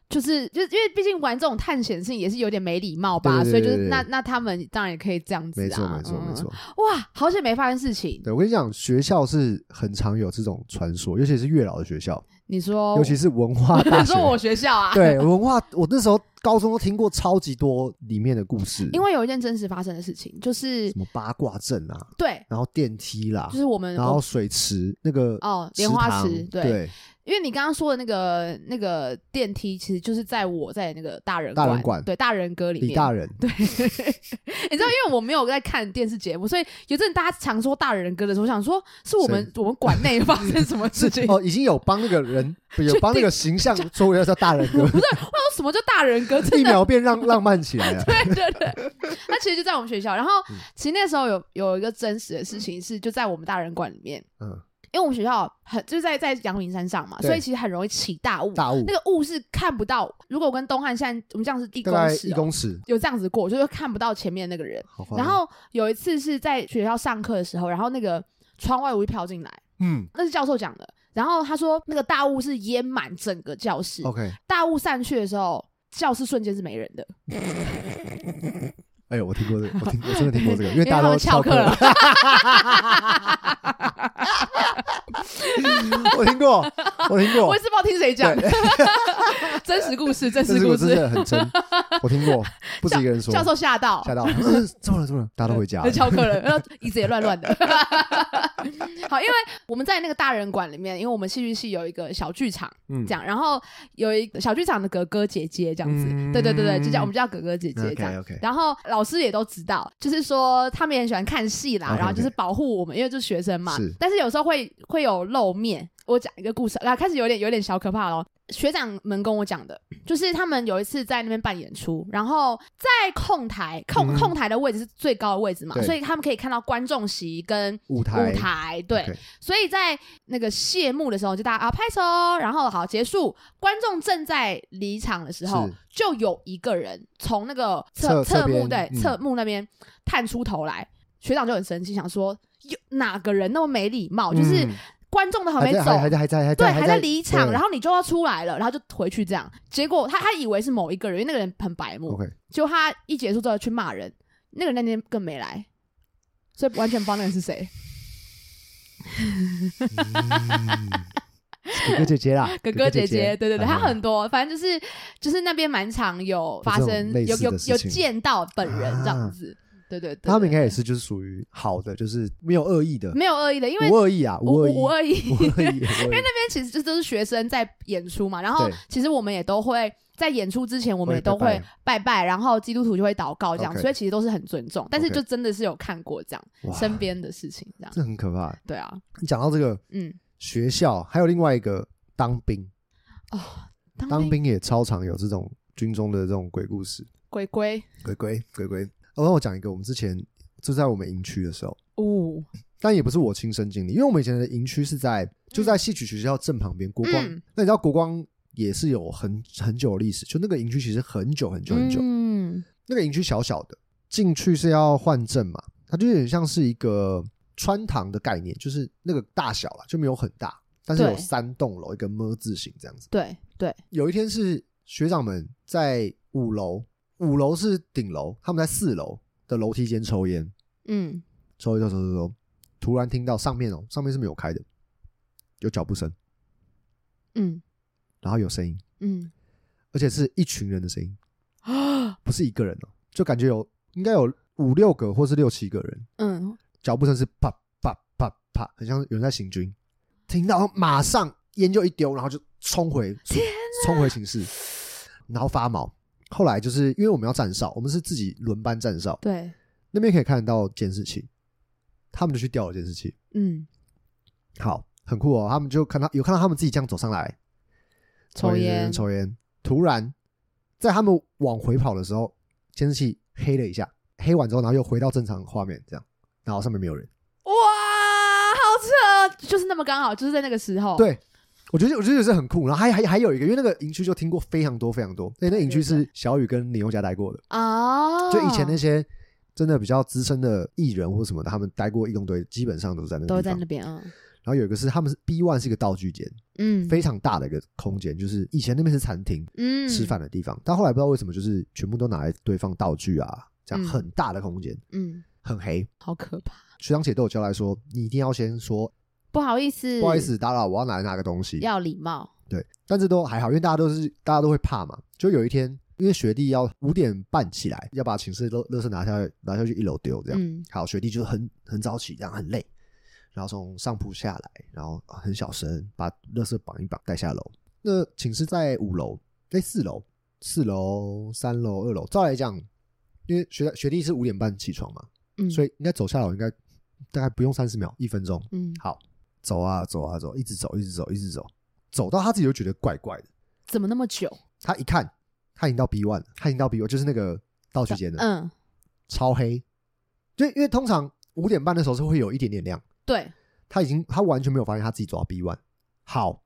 Speaker 2: 就是就是因为毕竟玩这种探险性也是有点没礼貌吧，
Speaker 1: 对对对
Speaker 2: 所以就是
Speaker 1: 对对
Speaker 2: 那那他们当然也可以这样子啊，
Speaker 1: 没错，没错，
Speaker 2: 嗯
Speaker 1: 没。错。
Speaker 2: 哇，好险没发生事情。
Speaker 1: 对我跟你讲，学校是很常有这种传说，尤其是月老的学校，
Speaker 2: 你说，
Speaker 1: 尤其是 文化大
Speaker 2: 你
Speaker 1: 学。
Speaker 2: 说我学校啊，，
Speaker 1: 对文化，我那时候高中都听过超级多里面的故事，
Speaker 2: 因为有一件真实发生的事情，就是
Speaker 1: 什么八卦阵啊，
Speaker 2: 对，
Speaker 1: 然后电梯啦
Speaker 2: 就，是我们
Speaker 1: 然后水池那个
Speaker 2: 哦莲花
Speaker 1: 堂
Speaker 2: 池对
Speaker 1: 对，
Speaker 2: 因为你刚刚说的那个那个电梯，其实就是在我在那个大人
Speaker 1: 大人
Speaker 2: 馆
Speaker 1: 馆
Speaker 2: 对大人歌里面。
Speaker 1: 李大人
Speaker 2: 对，你知道，因为我没有在看电视节目，所以有阵大家常说大人歌的时候，我想说是我们我们馆内发生什么事
Speaker 1: 是
Speaker 2: 情？
Speaker 1: 哦，已经有帮那个 人有帮那个形象说我要叫大人哥，
Speaker 2: 我说什么叫大人歌？真
Speaker 1: 一
Speaker 2: 的，
Speaker 1: 秒变浪浪漫起来了。啊
Speaker 2: 对对对。那其实就在我们学校，然后
Speaker 1: 嗯
Speaker 2: 其实那时候有有一个真实的事情是，就在我们大人馆里面，
Speaker 1: 嗯，
Speaker 2: 因为我们学校很就是在在阳明山上嘛，
Speaker 1: 对
Speaker 2: 所以其实很容易起大雾。
Speaker 1: 大雾
Speaker 2: 那个雾是看不到，如果我跟东汉现在我们这样是一
Speaker 1: 大
Speaker 2: 公
Speaker 1: 概
Speaker 2: 尺、
Speaker 1: 一
Speaker 2: 哦，
Speaker 1: 公尺，
Speaker 2: 有这样子过，就是看不到前面那个人。
Speaker 1: 好夸张
Speaker 2: 然后有一次是在学校上课的时候，然后那个窗外有一飘进来，
Speaker 1: 嗯
Speaker 2: 那是教授讲的。然后他说那个大雾是淹满整个教室，
Speaker 1: ，OK，
Speaker 2: 大雾散去的时候，教室瞬间是没人的，
Speaker 1: 哎呦，我听 过这个，我听我真的听过这个，因
Speaker 2: 因
Speaker 1: 为
Speaker 2: 为他
Speaker 1: 大家
Speaker 2: 们
Speaker 1: 都
Speaker 2: 翘
Speaker 1: 翘
Speaker 2: 课
Speaker 1: 课
Speaker 2: 了
Speaker 1: 了。。 我听过，我听
Speaker 2: 我
Speaker 1: 过
Speaker 2: 也，是不知道听谁讲的，真实故事， 真
Speaker 1: 这
Speaker 2: 实故
Speaker 1: 个真
Speaker 2: 事。
Speaker 1: 的很真，我 听过，不止一个人说
Speaker 2: 教，授吓到，
Speaker 1: 吓到，嗯怎么了怎么了，大家都回家了
Speaker 2: 就，翘课了，然后 椅子也乱乱的。 好，因为我们在那个大人馆里面，因为我们戏剧系有一个小剧场，
Speaker 1: 嗯
Speaker 2: 这样，然后有一小剧场的哥哥姐姐这样子，
Speaker 1: 嗯
Speaker 2: 对对对对，就叫我们就叫哥哥姐姐这样。
Speaker 1: OK OK，
Speaker 2: 然后老师也都知道，就是说他们也很喜欢看戏啦
Speaker 1: OK，OK
Speaker 2: 然后就是保护我们，因为就是学生嘛。
Speaker 1: 是
Speaker 2: 但是有时候会会有露面。我讲一个故事，啊，开始有点有点小可怕咯。学长们跟我讲的，就是他们有一次在那边办演出，然后在控台控
Speaker 1: 嗯
Speaker 2: 控台的位置是最高的位置嘛，
Speaker 1: 对
Speaker 2: 所以他们可以看到观众席跟
Speaker 1: 舞台
Speaker 2: 舞台，对。
Speaker 1: OK
Speaker 2: 所以在那个谢幕的时候，就大家啊拍手，然后好结束。观众正在离场的时候
Speaker 1: 是，
Speaker 2: 就有一个人从那个侧
Speaker 1: 侧侧
Speaker 2: 幕
Speaker 1: 边
Speaker 2: 对
Speaker 1: 嗯
Speaker 2: 侧幕那边探出头来，学长就很生气，想说有哪个人那么没礼貌，哦就是
Speaker 1: 嗯
Speaker 2: 观众都还没
Speaker 1: 还在
Speaker 2: 走。
Speaker 1: 还还在还在还
Speaker 2: 对，
Speaker 1: 还
Speaker 2: 还在离场，然
Speaker 1: 后
Speaker 2: 后你就要出来了，然后就回去这样。结果他他以为是某一个人，因为那个人很白目，
Speaker 1: OK，
Speaker 2: 结果他一结束之后去骂人，那个人那天更没来，所以完全不知道那个人是谁。
Speaker 1: 哥哥姐姐啦，
Speaker 2: 哥哥姐姐，对对对，
Speaker 1: 啊
Speaker 2: 他很多，反正就是就是那边蛮常有发
Speaker 1: 有这
Speaker 2: 生
Speaker 1: 种，类
Speaker 2: 有
Speaker 1: 似
Speaker 2: 有
Speaker 1: 的事
Speaker 2: 有
Speaker 1: 情
Speaker 2: 见到本人这样
Speaker 1: 啊
Speaker 2: 子，对对对，
Speaker 1: 他们应
Speaker 2: 对
Speaker 1: 该也是就是属于好的，就是没有恶意的，
Speaker 2: 没有恶意的，因为
Speaker 1: 无恶意啊，无恶意，
Speaker 2: 五二一，
Speaker 1: 无
Speaker 2: 因
Speaker 1: 恶意，无恶意。
Speaker 2: 为其实这都是学生在演出嘛，然后
Speaker 1: 对
Speaker 2: 其实我们也都会。在演出之前，我们
Speaker 1: 会
Speaker 2: 也都
Speaker 1: 拜
Speaker 2: 会
Speaker 1: 拜
Speaker 2: 拜拜，然后基督徒就会祷告这样，
Speaker 1: OK
Speaker 2: 所以其实都是很尊重。但是
Speaker 1: OK
Speaker 2: 就真的是有看过这样
Speaker 1: 哇
Speaker 2: 身边的事情，这样
Speaker 1: 这很可怕。
Speaker 2: 对啊，
Speaker 1: 你讲到这个
Speaker 2: 嗯，
Speaker 1: 学校，还有另外一个当兵，
Speaker 2: 哦
Speaker 1: 当兵也超常有这种军中的这种鬼故事，
Speaker 2: 鬼鬼，
Speaker 1: 鬼鬼鬼鬼。哦，那我讲一个，我们之前就在我们营区的时候，
Speaker 2: 呜，
Speaker 1: 但也不是我亲身经历，因为我们以前的营区是在就在戏曲学校正旁边国光。
Speaker 2: 嗯
Speaker 1: 那你知道国光也是有很很久的历史，就那个营区其实很久很久很久。
Speaker 2: 嗯
Speaker 1: 那个营区小小的，进去是要换证嘛，它就有点像是一个穿堂的概念，就是那个大小啦，就没有很大，但是
Speaker 2: 对
Speaker 1: 有三栋楼，一个么字形这样子。
Speaker 2: 对对，
Speaker 1: 有一天是学长们在五楼，五楼是顶楼，他们在四楼的楼梯间抽烟，
Speaker 2: 嗯，
Speaker 1: 抽一抽抽抽抽，突然听到上面哦，上面是没有开的，有脚步声，
Speaker 2: 嗯
Speaker 1: 然后有声音，
Speaker 2: 嗯，
Speaker 1: 而且是一群人的声音，不是一个人哦，就感觉有应该有五六个或是六七个人，
Speaker 2: 嗯，
Speaker 1: 脚步声是啪啪啪啪，很像有人在行军。听到马上烟就一丢，然后就冲回冲回寝室，然后发毛。后来就是因为我们要站哨，我们是自己轮班站哨，
Speaker 2: 对，
Speaker 1: 那边可以看得到监视器，他们就去调了监视器。
Speaker 2: 嗯，
Speaker 1: 好，很酷哦，他们就看到有看到他们自己这样走上来，
Speaker 2: 抽烟，
Speaker 1: 抽烟。突然，在他们往回跑的时候，监视器黑了一下，黑完之后，然后又回到正常画面，这样，然后上面没有人。
Speaker 2: 哇，好扯！就是那么刚好，就是在那个时候。，
Speaker 1: 对，我觉得我觉得也是很酷。然后还还还有一个，因为那个营区就听过非常多非常多，那那营区是小雨跟李宥嘉待过的，
Speaker 2: 啊，
Speaker 1: 就以前那些真的比较资深的艺人或什么的，他们待过义工队，基本上都是在那个
Speaker 2: 都
Speaker 1: 地
Speaker 2: 在
Speaker 1: 方
Speaker 2: 那。边啊。
Speaker 1: 然后有一个是他们是 B one 是一个道具间，
Speaker 2: 嗯
Speaker 1: 非常大的一个空间，就是以前那边是餐厅
Speaker 2: 嗯
Speaker 1: 吃饭的地方，但后来不知道为什么就是全部都拿来堆放道具啊，这
Speaker 2: 嗯
Speaker 1: 样很大的空间，
Speaker 2: 嗯，
Speaker 1: 很黑。
Speaker 2: 好可怕，
Speaker 1: 学长姐都有交代说，你一定要先说
Speaker 2: 不好意思，
Speaker 1: 不好意，思打扰，我要拿哪个东西。
Speaker 2: 要礼貌，
Speaker 1: 对，但这都还好，因为大家都是大家都会怕嘛。就有一天，因为学弟要五点半起来，要把寝室的垃圾拿下去，拿下去一楼丢，这样。
Speaker 2: 嗯
Speaker 1: 好，学弟就很很早起，这样很累，然后从上铺下来，然后很小声把垃圾绑一绑带下楼。那寝室在五楼，哎、四楼，四楼、三楼、二楼。照来讲，因为学学弟是五点半起床嘛，
Speaker 2: 嗯，
Speaker 1: 所
Speaker 2: 以
Speaker 1: 以应该走下楼应该大概不用三十秒，一分钟。
Speaker 2: 嗯，
Speaker 1: 好，走啊走啊走，一直走一直走一直走，走到他自己就觉得怪怪的。
Speaker 2: 怎么那么久？
Speaker 1: 他一看，他已经到 B one 了，他已经到 B one，就是那个道具间了，
Speaker 2: 嗯，
Speaker 1: 超黑。就因为通常五点半的时候是会有一点点亮，
Speaker 2: 对，
Speaker 1: 他已经他完全没有发现他自己走到 B one。好，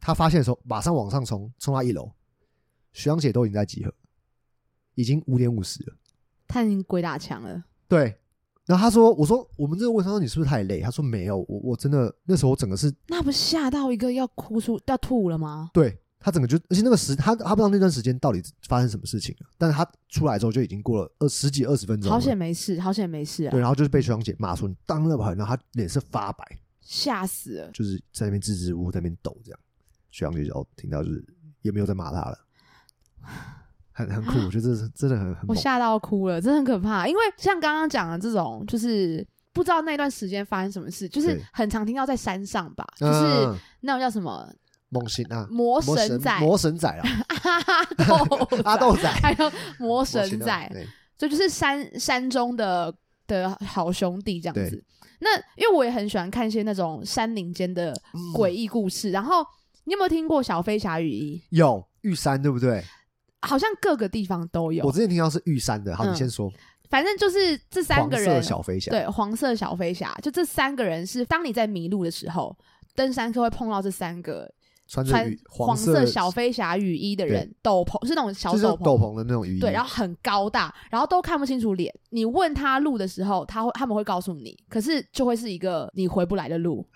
Speaker 1: 他发现的时候马上往上冲，冲到一楼，徐阳姐都已经在集合，已经五点五十了。
Speaker 2: 他已经鬼打墙了，
Speaker 1: 对，然后他说：“我说我们这个问他说你是不是太累？”他说：“没有，我我真的那时候我整个是
Speaker 2: 那不吓到一个要哭出要吐了吗？
Speaker 1: 对他整个就，而且那个时他他不知道那段时间到底发生什么事情了，但是他出来之后就已经过了二十几二十分钟了，
Speaker 2: 好险没事，好险没事啊
Speaker 1: 对，！然后就是被学长姐骂说你当了吧，然后他脸色发白，
Speaker 2: 吓死了，
Speaker 1: 就是在那边支支吾吾在那边抖这样，学长姐就听到就是也没有再骂他了，很很酷，我觉得这是真的很很
Speaker 2: 啊我
Speaker 1: 猛，
Speaker 2: 吓到哭了，真的很可怕。因为像刚刚讲的这种，就是不知道那段时间发生什么事，就是
Speaker 1: 对
Speaker 2: 很常听到在山上吧，就是
Speaker 1: 嗯
Speaker 2: 那种叫什么
Speaker 1: 梦醒啊，
Speaker 2: 魔
Speaker 1: 魔
Speaker 2: 神仔、
Speaker 1: 魔神仔啊，
Speaker 2: 阿 斗
Speaker 1: 阿豆仔，
Speaker 2: 还有魔
Speaker 1: 魔
Speaker 2: 神
Speaker 1: 啊
Speaker 2: 仔，
Speaker 1: 对
Speaker 2: 这就是山山中的的好兄弟这样子
Speaker 1: 对。
Speaker 2: 那因为我也很喜欢看一些那种山林间的
Speaker 1: 嗯
Speaker 2: 诡异故事，然后你有没有听过小飞侠雨衣？
Speaker 1: 有玉山对不对？
Speaker 2: 好像各个地方都
Speaker 1: 我
Speaker 2: 有，
Speaker 1: 之前听到是玉山的，好，你
Speaker 2: 嗯
Speaker 1: 先说，
Speaker 2: 反正就是这三
Speaker 1: 黄
Speaker 2: 个
Speaker 1: 色
Speaker 2: 人，
Speaker 1: 小飞侠，
Speaker 2: 对，黄色小飞侠，就这三个人是当你在迷路的时候，登山客会碰到这三个
Speaker 1: 穿着
Speaker 2: 穿
Speaker 1: 雨
Speaker 2: 黄
Speaker 1: 色
Speaker 2: 色小飞侠雨衣的人，斗篷是那种小
Speaker 1: 就是
Speaker 2: 斗
Speaker 1: 斗
Speaker 2: 篷，
Speaker 1: 篷的那种雨衣，
Speaker 2: 对，然后很高大，然后都看不清楚脸。你问他路的时候，他会他们会告诉你，可是就会是一个你回不来的路。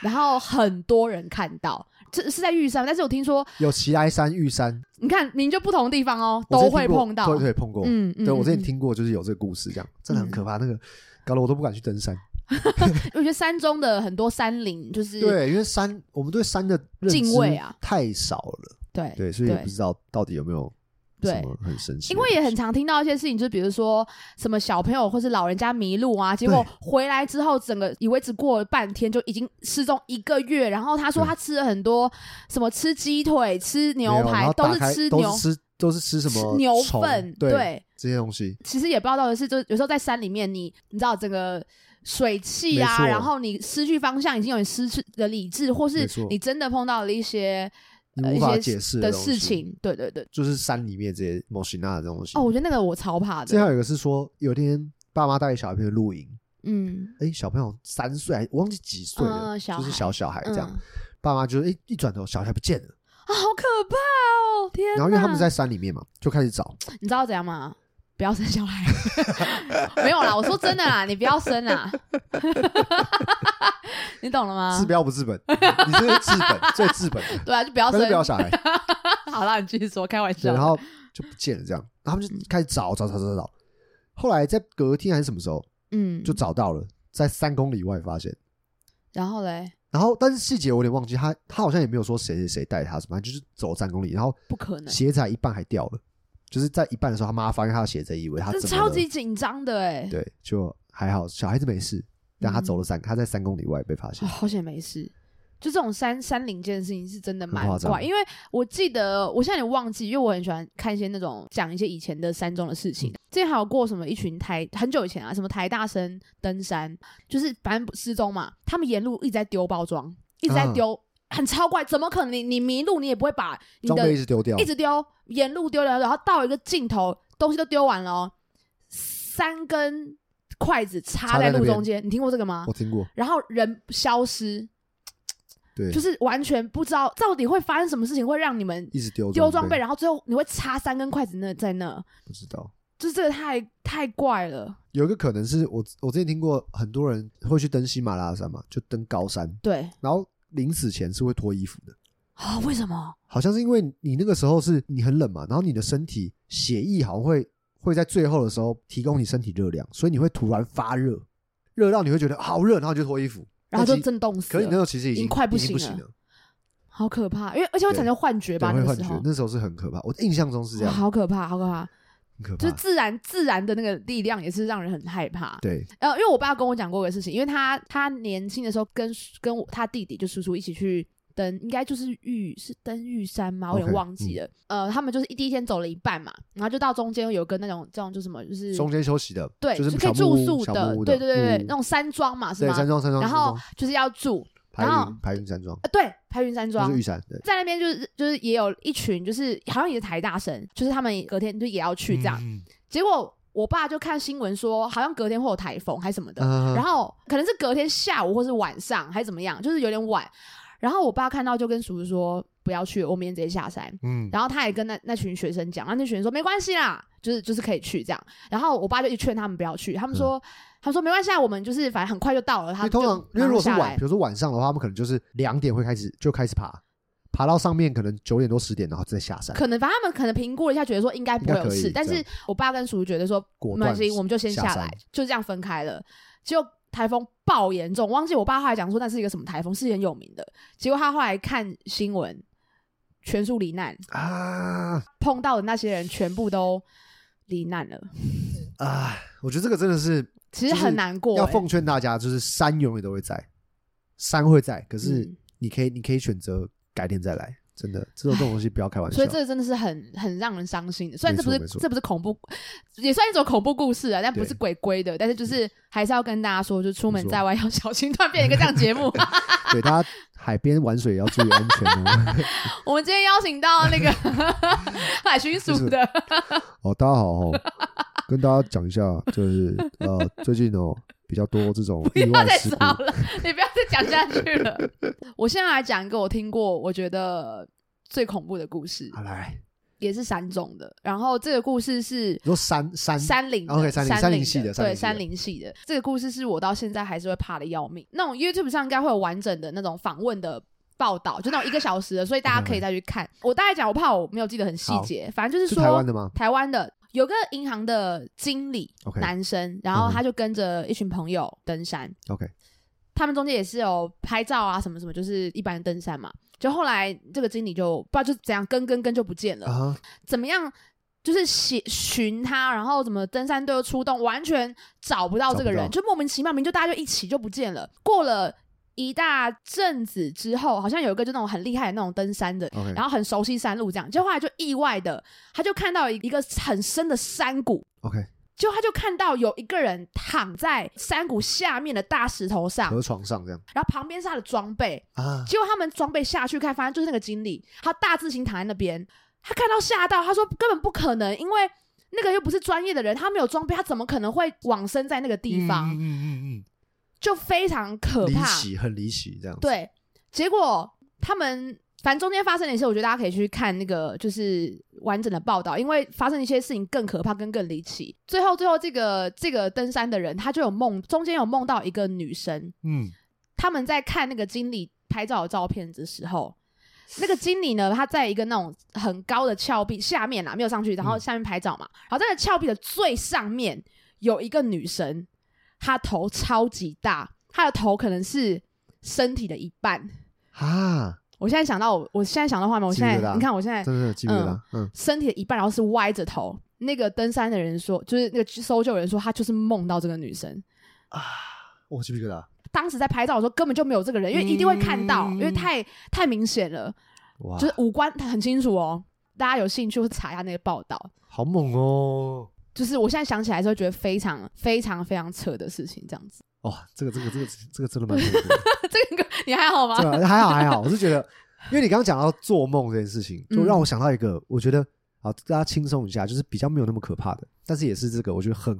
Speaker 2: 然后很多人看到，这是在玉山，但是我听说，
Speaker 1: 有奇来山、玉山
Speaker 2: 你看明明就不同地方哦，
Speaker 1: 我
Speaker 2: 都
Speaker 1: 之前
Speaker 2: 会
Speaker 1: 听过
Speaker 2: 碰到。
Speaker 1: 对对碰过。
Speaker 2: 嗯，嗯
Speaker 1: 对我之前
Speaker 2: 嗯
Speaker 1: 听过，就是有这个故事，这样真的很可怕。那个搞得我都不敢去登山。
Speaker 2: 我觉得山中的很多山林就是
Speaker 1: 对，因为山，我们对山的认知
Speaker 2: 敬畏啊
Speaker 1: 太少了，
Speaker 2: 对
Speaker 1: 对，所以也不知道到底有没有
Speaker 2: 对
Speaker 1: 什么很神奇的
Speaker 2: 因
Speaker 1: 东
Speaker 2: 为
Speaker 1: 西。
Speaker 2: 也很常听到一些事情，就是比如说什么小朋友或是老人家迷路啊，结果回来之后，整个以为只过了半天，就已经失踪一个月。然后他说
Speaker 1: 对
Speaker 2: 他吃了很多什么吃鸡腿、吃牛
Speaker 1: 没有然
Speaker 2: 排
Speaker 1: 后，打
Speaker 2: 是
Speaker 1: 开
Speaker 2: 吃
Speaker 1: 都
Speaker 2: 牛
Speaker 1: 是吃都是吃什么
Speaker 2: 吃牛
Speaker 1: 虫
Speaker 2: 粪。
Speaker 1: 对这些东西。
Speaker 2: 其实也不知道到底是，就是有时候在山里面你，你知道整个水汽
Speaker 1: 没
Speaker 2: 啊，
Speaker 1: 错
Speaker 2: 然后你失去方向，已经有点失去的理智，或是
Speaker 1: 没错
Speaker 2: 你真的碰到了一些
Speaker 1: 你
Speaker 2: 呃
Speaker 1: 无
Speaker 2: 一
Speaker 1: 法
Speaker 2: 些
Speaker 1: 解释
Speaker 2: 的
Speaker 1: 东
Speaker 2: 事
Speaker 1: 西，
Speaker 2: 情。对对对，
Speaker 1: 就是山里面这些莫西纳的东西。
Speaker 2: 哦，我觉得那个我超怕
Speaker 1: 最后
Speaker 2: 的。
Speaker 1: 有一个是说，有一天爸妈带小朋友露营，
Speaker 2: 嗯
Speaker 1: 哎，小朋友三岁，还我忘记几岁了，
Speaker 2: 嗯小
Speaker 1: 就是
Speaker 2: 孩
Speaker 1: 小小孩
Speaker 2: 嗯
Speaker 1: 这样。爸妈就是哎一转头，小孩不见了。
Speaker 2: 啊，好可怕哦！天哪，
Speaker 1: 然后因为他们在山里面嘛，就开始找。
Speaker 2: 你知道怎样吗？不要生小孩， 没有啦，我说真的啦，你不要生啦， 你懂了
Speaker 1: 治
Speaker 2: 吗？
Speaker 1: 标不治本，你这是治本，最治本的，
Speaker 2: 对啊，就不要
Speaker 1: 但
Speaker 2: 生
Speaker 1: 是不。要小孩。
Speaker 2: 好啦，你继续说，开玩
Speaker 1: 对，
Speaker 2: 笑。
Speaker 1: 然后就不见了，这样，然后他们就开始找找找找找。后来在隔天还是什么时候
Speaker 2: 嗯，
Speaker 1: 就找到了，在三公里外发现。
Speaker 2: 然后嘞，
Speaker 1: 然后，但是细节我有点忘记，他他好像也没有说谁谁谁带他什么，他就是走三公里，然后
Speaker 2: 不可能，
Speaker 1: 鞋子还一半还掉了，就是在一半的时候，他妈发现他的鞋子，以为他
Speaker 2: 这
Speaker 1: 怎么
Speaker 2: 超
Speaker 1: 了
Speaker 2: 级紧张的哎、
Speaker 1: 对，就还好，小孩子没事，但他
Speaker 2: 嗯
Speaker 1: 走了三，他在三公里外被发
Speaker 2: 哦
Speaker 1: 现，
Speaker 2: 好险没事。就这种山山林间的事情是真的蛮
Speaker 1: 很夸张
Speaker 2: 怪，因为我记得我现在有点忘记，因为我很喜欢看一些那种讲一些以前的山中的事
Speaker 1: 嗯
Speaker 2: 情。之前还有过什么一群台很久以前啊，什么台大生登山，就是反正失踪嘛，他们沿路一直在丢包装，一直在
Speaker 1: 啊
Speaker 2: 丢，很超怪，怎么可能你你迷路你也不会把你
Speaker 1: 装
Speaker 2: 的
Speaker 1: 备一直丢掉
Speaker 2: 一，直丢，沿路丢了，然后到一个尽头，东西都丢完了、哦，三根筷子插
Speaker 1: 插
Speaker 2: 在
Speaker 1: 在那
Speaker 2: 路
Speaker 1: 边
Speaker 2: 中间，你听过这个吗
Speaker 1: 我？听过，
Speaker 2: 然后人消失，
Speaker 1: 对，
Speaker 2: 就是完全不知道到底会发生什么事情，会让你们
Speaker 1: 一直丢
Speaker 2: 丢装备，然后最后你会插三根筷子那在那，
Speaker 1: 不知道，
Speaker 2: 就是这个太太怪了。
Speaker 1: 有一个可能是我我之前听过很多人会去登喜马拉雅山嘛，就登高山，
Speaker 2: 对
Speaker 1: 然后临死前是会脱衣服的，
Speaker 2: 啊、为什么？
Speaker 1: 好像是因为你那个时候是你很冷嘛，然后你的身体血液好像会会在最后的时候提供你身体热量，所以你会突然发热，热到你会觉得好热，然后你就脱衣服，
Speaker 2: 然后就
Speaker 1: 但其
Speaker 2: 震动死
Speaker 1: 可是你那时
Speaker 2: 了，
Speaker 1: 候其实已
Speaker 2: 已
Speaker 1: 经
Speaker 2: 经快
Speaker 1: 不
Speaker 2: 不
Speaker 1: 已经
Speaker 2: 行
Speaker 1: 行
Speaker 2: 了
Speaker 1: 了，
Speaker 2: 好可怕！因为而且会产生幻觉吧，
Speaker 1: 对，
Speaker 2: 那
Speaker 1: 会
Speaker 2: 个
Speaker 1: 幻
Speaker 2: 时
Speaker 1: 觉
Speaker 2: 候，
Speaker 1: 那时候是很可怕。我印象中是这
Speaker 2: 哇
Speaker 1: 样，啊
Speaker 2: 好可怕，好可怕！
Speaker 1: 很可
Speaker 2: 就
Speaker 1: 怕
Speaker 2: 是。自然自然的那个力量也是让人很害怕。
Speaker 1: 对，
Speaker 2: 呃，因为我爸跟我讲过一个事情，因为他他年轻的时候跟叔跟我他弟弟就叔叔一起去登，应该就是玉是登玉山吗？我有点
Speaker 1: OK，嗯
Speaker 2: 忘记了。呃，他们就是一第一天走了一半嘛，然后就到中间有个那种这种就什么就是
Speaker 1: 中间休息的，
Speaker 2: 对，
Speaker 1: 就是
Speaker 2: 可以
Speaker 1: 小
Speaker 2: 住
Speaker 1: 木屋
Speaker 2: 宿
Speaker 1: 小
Speaker 2: 的
Speaker 1: 木，屋
Speaker 2: 对对对对，
Speaker 1: 嗯
Speaker 2: 那种山庄嘛是
Speaker 1: 对
Speaker 2: 吗？
Speaker 1: 山庄山庄，
Speaker 2: 然
Speaker 1: 山
Speaker 2: 后
Speaker 1: 庄
Speaker 2: 就是要住，
Speaker 1: 排
Speaker 2: 然后
Speaker 1: 云排云山庄，
Speaker 2: 呃、对，啊排云山
Speaker 1: 就
Speaker 2: 庄
Speaker 1: 是玉山，对，
Speaker 2: 在那边就是就是也有一群，就是好像也是台大生，就是他们隔天就也要去这样。
Speaker 1: 嗯，
Speaker 2: 结果我爸就看新闻说，好像隔天会有台风还是什么的，
Speaker 1: 然
Speaker 2: 然后可能是隔天下午或是晚上还是怎么样，就是有点晚。然后我爸看到就跟叔叔说不要去了，我明天直接下山。
Speaker 1: 嗯，
Speaker 2: 然后他也跟那那群学生讲，然后那群人说没关系啦，就是就是可以去这样。然后我爸就一劝他们不要去，他们说、他们说没关系啊，我们就是反正很快就到了。
Speaker 1: 因
Speaker 2: 他们
Speaker 1: 为嗯通常
Speaker 2: 就
Speaker 1: 因为如果是
Speaker 2: 马上下
Speaker 1: 晚，
Speaker 2: 来
Speaker 1: 比如说晚上的话，他们可能就是两点会开始就开始爬，爬到上面可能九点多十点，然后再下山，
Speaker 2: 可能反正他们可能评估了一下，觉得说应该不会有
Speaker 1: 应该可
Speaker 2: 事，
Speaker 1: 以
Speaker 2: 但
Speaker 1: 这
Speaker 2: 是
Speaker 1: 样
Speaker 2: 我爸跟叔叔觉得说
Speaker 1: 果
Speaker 2: 没
Speaker 1: 断
Speaker 2: 关系，我们就先下
Speaker 1: 下
Speaker 2: 来
Speaker 1: 山，
Speaker 2: 就这样分开了。结果台风爆严重，忘记我爸后来讲说那是一个什么台风，是很有名的。结果他后来看新闻，全数罹难，
Speaker 1: 啊
Speaker 2: 碰到的那些人全部都罹难了，
Speaker 1: 啊！我觉得这个真的是
Speaker 2: 其实
Speaker 1: 就是
Speaker 2: 很难过、
Speaker 1: 要
Speaker 2: 欸。
Speaker 1: 奉劝大家，就是山永远都会在，山会在，可是
Speaker 2: 嗯
Speaker 1: 你可以你可以选择改天再来，真的，这种这种东西不要开玩笑
Speaker 2: 所以。这个真的是很很让人伤心的，虽然这不是
Speaker 1: 没错没错
Speaker 2: 这不是恐怖，也算一种恐怖故事啊，但不
Speaker 1: 对
Speaker 2: 是鬼鬼的，但是就是还是要跟大家说，就出门
Speaker 1: 没错
Speaker 2: 在外要 小心，突然变成一个这样节目。
Speaker 1: 对大家海边玩水也要注意安 全哦。
Speaker 2: 我们今天邀请到 那个海巡署的，
Speaker 1: 哦，大家好哦，跟大家讲一下， 就是呃，最近哦比较多这种
Speaker 2: 不
Speaker 1: 意
Speaker 2: 要
Speaker 1: 外
Speaker 2: 再
Speaker 1: 事故，
Speaker 2: 吵了，你不要再讲下去了。 我现在来讲一个我听过我觉得最恐怖的故事，
Speaker 1: 好啊来，
Speaker 2: 也是山中的。然后这个故事是
Speaker 1: 你说山山
Speaker 2: 山林的
Speaker 1: OK，山林山
Speaker 2: 林
Speaker 1: 林系的山
Speaker 2: 对
Speaker 1: 林系的
Speaker 2: 山林系的这个故事是我到现在还是会怕的要命。那种 YouTube 上应该会有完整的那种访问的。报道就那种一个小时的，所以大家可以再去看。我大概讲，我怕我没有记得很细节，反正就是
Speaker 1: 嗯是
Speaker 2: 说
Speaker 1: 台湾的吗？
Speaker 2: 台湾的有个银行的经理
Speaker 1: OK 嗯
Speaker 2: 男生，然后
Speaker 1: 嗯哼
Speaker 2: 他就跟着一群朋友登山，
Speaker 1: OK，
Speaker 2: 他们中间也是有拍照啊什么什么，就是一般登山嘛。就后来这个经理就不知道就怎样跟跟跟就不见了，
Speaker 1: 啊哈，
Speaker 2: 怎么样就是寻寻他，然后怎么登山队又出动，完全找不到这个人，
Speaker 1: 找不
Speaker 2: 就莫名其妙，明明就大家就一起就不见了。过了一大阵子之后，好像有一个就那种很厉害的那种登山的
Speaker 1: OK
Speaker 2: 然后很熟悉山路这样，就后来就意外的，他就看到一个很深的山谷，
Speaker 1: OK，
Speaker 2: 就他就看到有一个人躺在山谷下面的大石头上，
Speaker 1: 河床上这样
Speaker 2: 然后旁边是他的装备，
Speaker 1: 啊，
Speaker 2: 结果他们装备下去看，发现就是那个经理，他大字型躺在那边，他看到吓到，他说根本不可能，因为那个又不是专业的人，他没有装备，他怎么可能会往生在那个地方？
Speaker 1: 嗯嗯嗯
Speaker 2: 就非常可
Speaker 1: 嗯，离
Speaker 2: 怕，
Speaker 1: 奇，很离奇这样子。，
Speaker 2: 对，结果他们反正中间发生的一些，我觉得大家可以去看那个就是完整的报道，因为发生一些事情更可怕跟更离奇。最后，最后这个这个登山的人，他就有梦，中间有梦到一个女生，
Speaker 1: 嗯，
Speaker 2: 他们在看那个经理拍照的照片的时候。那个经理呢，他在一个那种很高的峭壁下面啊啦，没有上去，然后
Speaker 1: 嗯
Speaker 2: 下面拍照嘛。然后在那峭壁的最上面有一个女生，她头超级大，她的头可能是身体的一半，
Speaker 1: 啊，
Speaker 2: 我现在想到我，我现在想到画面，我现在
Speaker 1: 记不得啊
Speaker 2: 你看，我现在
Speaker 1: 真的有记不得啦，嗯，
Speaker 2: 身体的一半，然后是歪着头。那个登山的人说，就是那个搜救人说，他就是梦到这个女生。
Speaker 1: 我哦记不得啦，啊
Speaker 2: 当时在拍照的时候，根本就没有这个人，因为一定会看到，
Speaker 1: 嗯
Speaker 2: 因为太太明显了，
Speaker 1: 哇
Speaker 2: 就，是五官很清楚哦。大家有兴趣会查一下那个报道。
Speaker 1: 好猛哦，
Speaker 2: 就是我现在想起来之后，觉得非常非常非常扯的事情，这样子。
Speaker 1: 哇，这个这个这个这个真的蛮恐怖 的。
Speaker 2: 这个你还好吗？
Speaker 1: 对啊，还好还好，我是觉得，因为你刚刚讲到做梦这件事情，就
Speaker 2: 嗯
Speaker 1: 让我想到一个，我觉得好，大家轻松一下，就是比较没有那么可怕的，但是也是这个，我觉得很，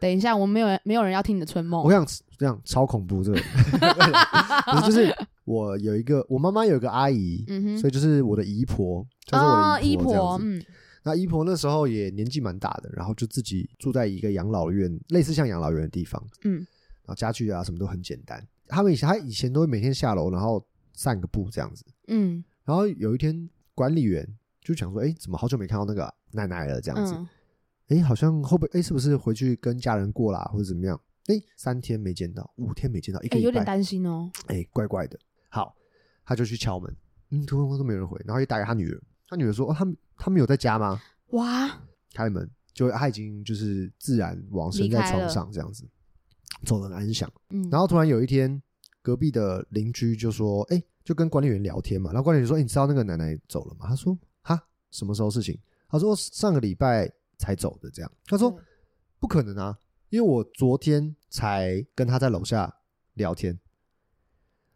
Speaker 2: 等一下，我们没有人没有人要听你的春梦
Speaker 1: 我。想这样超恐怖这 个，不是就是我有一个，我妈妈有一个阿姨，
Speaker 2: 嗯哼，
Speaker 1: 所以就是我的姨婆，就是我
Speaker 2: 哦，
Speaker 1: 的
Speaker 2: 姨
Speaker 1: 姨婆这样
Speaker 2: 婆，
Speaker 1: 子。
Speaker 2: 嗯
Speaker 1: 那姨婆那时候也年纪蛮大的，然后就自己住在一个养老院，类似像养老院的地方，
Speaker 2: 嗯，
Speaker 1: 然后家具啊什么都很简单。他们以前他以前都会每天下楼，然后散个步这样子。
Speaker 2: 嗯
Speaker 1: 然后有一天管理员就想说，哎，怎么好久没看到那个奶奶了？这样子，
Speaker 2: 嗯，
Speaker 1: 哎、好像后边哎是不是回去跟家人过啦，或者怎么样？哎，三天没见到，五天没见到，一个
Speaker 2: 哎，
Speaker 1: 礼
Speaker 2: 有点
Speaker 1: 拜，
Speaker 2: 担心哦，
Speaker 1: 哎、怪怪的。好，他就去敲门，嗯，通通都没有人回，然后又打给他女儿，他女儿说，哦，他们他们有在家吗？
Speaker 2: 哇，
Speaker 1: 开门，就他已经就是自然往生在床上这样子，走得很安详。
Speaker 2: 嗯，
Speaker 1: 然后突然有一天，隔壁的邻居就说：“哎、就跟管理员聊天嘛。”然后管理员说：“哎、你知道那个奶奶走了吗？”他说：“哈，什么时候事情？”他说：“哦上个礼拜才走的。”这样，他说
Speaker 2: 对：“
Speaker 1: 不可能啊，因为我昨天才跟他在楼下聊天。”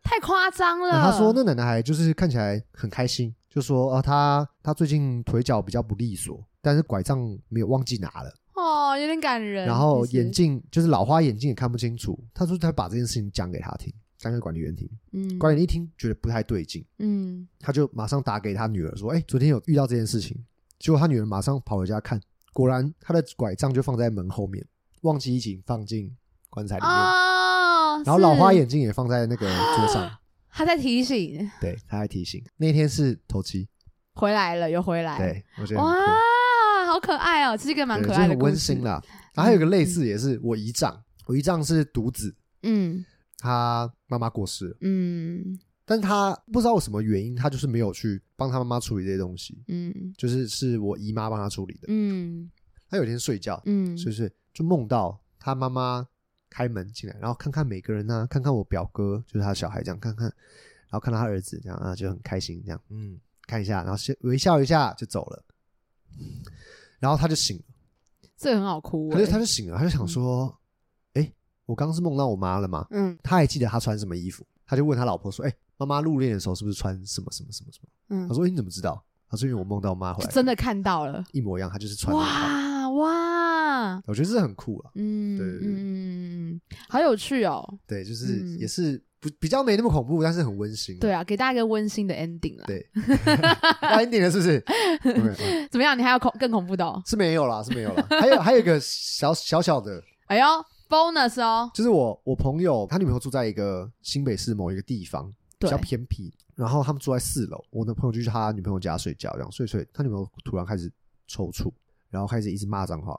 Speaker 2: 太夸张了，
Speaker 1: 那他说那奶奶还就是看起来很开心，就说：“啊，她她最近腿脚比较不利索，但是拐杖没有忘记拿了。”
Speaker 2: 哦，有点感人，
Speaker 1: 然后
Speaker 2: 其实
Speaker 1: 眼，镜就是老花眼镜也看不清楚。他说他把这件事情讲给他听，讲给管理员听。
Speaker 2: 嗯，
Speaker 1: 管理员一听觉得不太对劲，
Speaker 2: 嗯，
Speaker 1: 他就马上打给他女儿说：“哎，昨天有遇到这件事情。”结果他女儿马上跑回家看，果然他的拐杖就放在门后面，忘记一起放进棺材里面，
Speaker 2: 哦，
Speaker 1: 然后老花
Speaker 2: 是，啊
Speaker 1: 眼镜也放在那个桌上。
Speaker 2: 他在提醒，
Speaker 1: 对，他还提醒那天是头七，
Speaker 2: 回来了，又回来，
Speaker 1: 对我觉得很
Speaker 2: 哇
Speaker 1: 酷。，
Speaker 2: 好可爱哦，是一个蛮
Speaker 1: 对
Speaker 2: 可
Speaker 1: 就
Speaker 2: 爱的
Speaker 1: 很
Speaker 2: 故
Speaker 1: 温
Speaker 2: 事
Speaker 1: 馨，啦。然后还有一个类似也是我姨丈，我姨丈是独子，
Speaker 2: 嗯
Speaker 1: 他妈妈过世了。
Speaker 2: 嗯
Speaker 1: 但他不知道什么原因，他就是没有去帮他妈妈处理这些东西，
Speaker 2: 嗯
Speaker 1: 就是是我姨妈帮他处理的。
Speaker 2: 嗯
Speaker 1: 他有一天睡觉，
Speaker 2: 嗯，
Speaker 1: 是不是就梦到他妈妈开门进来，然后看看每个人呢、看看我表哥，就是他小孩这样看看，然后看到他儿子这样啊，就很开心这样，嗯，看一下，然后先微笑一下就走了，然后他就醒了，
Speaker 2: 这个很好哭
Speaker 1: 他就
Speaker 2: 欸，
Speaker 1: 他就醒了，他就想说，哎、我刚刚是梦到我妈了吗？
Speaker 2: 嗯
Speaker 1: 他还记得他穿什么衣服，他就问他老婆说：“哎、妈妈入殓的时候是不是穿什么什么什么什么？”
Speaker 2: 嗯
Speaker 1: 他，说：“哎、你怎么知道？”他说：“因为我梦到我妈回
Speaker 2: 就
Speaker 1: 来，
Speaker 2: 真的看到了，
Speaker 1: 一模一样，她就是穿那一套。
Speaker 2: 哇哇”，
Speaker 1: 我觉得这很酷啊了，
Speaker 2: 嗯
Speaker 1: 对
Speaker 2: 嗯嗯嗯，好有趣哦，
Speaker 1: 对，就是、
Speaker 2: 嗯
Speaker 1: 也是不比较没那么恐怖，但是很温馨。
Speaker 2: 对啊，给大家一个温馨的 ending 啊啦。
Speaker 1: 对，要 ending 了是 不是 OK，啊
Speaker 2: 怎么样？你还有恐更恐怖的、哦？
Speaker 1: 是没有啦，是没有啦。还有还有一个小小小的，
Speaker 2: 哎呦，bonus 哦，
Speaker 1: 就是我我朋友他女朋友住在一个新北市某一个地方，比
Speaker 2: 对
Speaker 1: 较，偏僻，然后他们住在四楼，我的朋友就去他女朋友家睡觉，这样睡睡，他女朋友突然开始抽搐，然后开始一直骂脏话，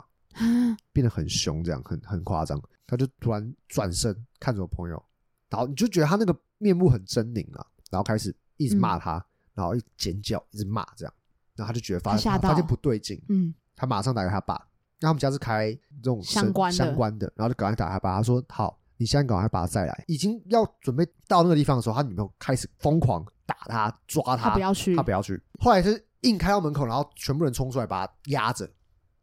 Speaker 1: 变得很凶，这样很很夸张，他就突然转身看着我朋友，然后你就觉得他那个面目很狰狞啊，然后开始一
Speaker 2: 嗯
Speaker 1: 直骂他，然后一直尖叫，一直骂这样，然后他就觉得发
Speaker 2: 他吓到
Speaker 1: 发现不对劲，
Speaker 2: 嗯
Speaker 1: 他马上打给他爸，因为他们家是开这种
Speaker 2: 相
Speaker 1: 生
Speaker 2: 关的
Speaker 1: 相关的，然后就赶快打给他爸，他说好，你现在赶快把他再来。已经要准备到那个地方的时候，他女朋友开始疯狂打他、抓
Speaker 2: 他不要去，
Speaker 1: 他不要去。后来就是硬开到门口，然后全部人冲出来把他压着，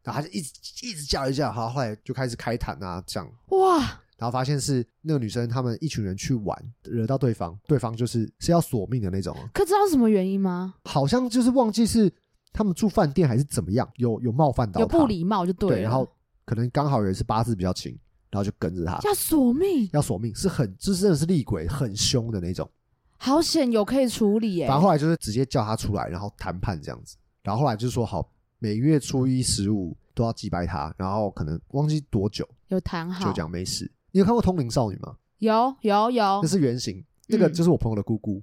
Speaker 1: 然后他就一直一直叫一叫，好，后来就开始开坛啊这样。
Speaker 2: 哇，
Speaker 1: 然后发现是那个女生，他们一群人去玩，惹到对方，对方就是是要索命的那种哦，
Speaker 2: 可知道是什么原因吗？
Speaker 1: 好像就是忘记是他们住饭店还是怎么样，有有冒犯到
Speaker 2: 有
Speaker 1: 他
Speaker 2: 不礼貌就对了，
Speaker 1: 对，然后可能刚好有一次八字比较轻，然后就跟着他
Speaker 2: 要索命，
Speaker 1: 要索命，是很这真的是厉鬼，很凶的那种。
Speaker 2: 好险有可以处理耶、
Speaker 1: 反正后来就是直接叫他出来，然后谈判这样子。然后后来就说好，每月初一十五都要祭拜他，然后可能忘记多久
Speaker 2: 有谈
Speaker 1: 就
Speaker 2: 好，
Speaker 1: 讲没事。你有看过《通灵少女》吗？
Speaker 2: 有有有
Speaker 1: 那是原型，那个就是我朋友的姑姑。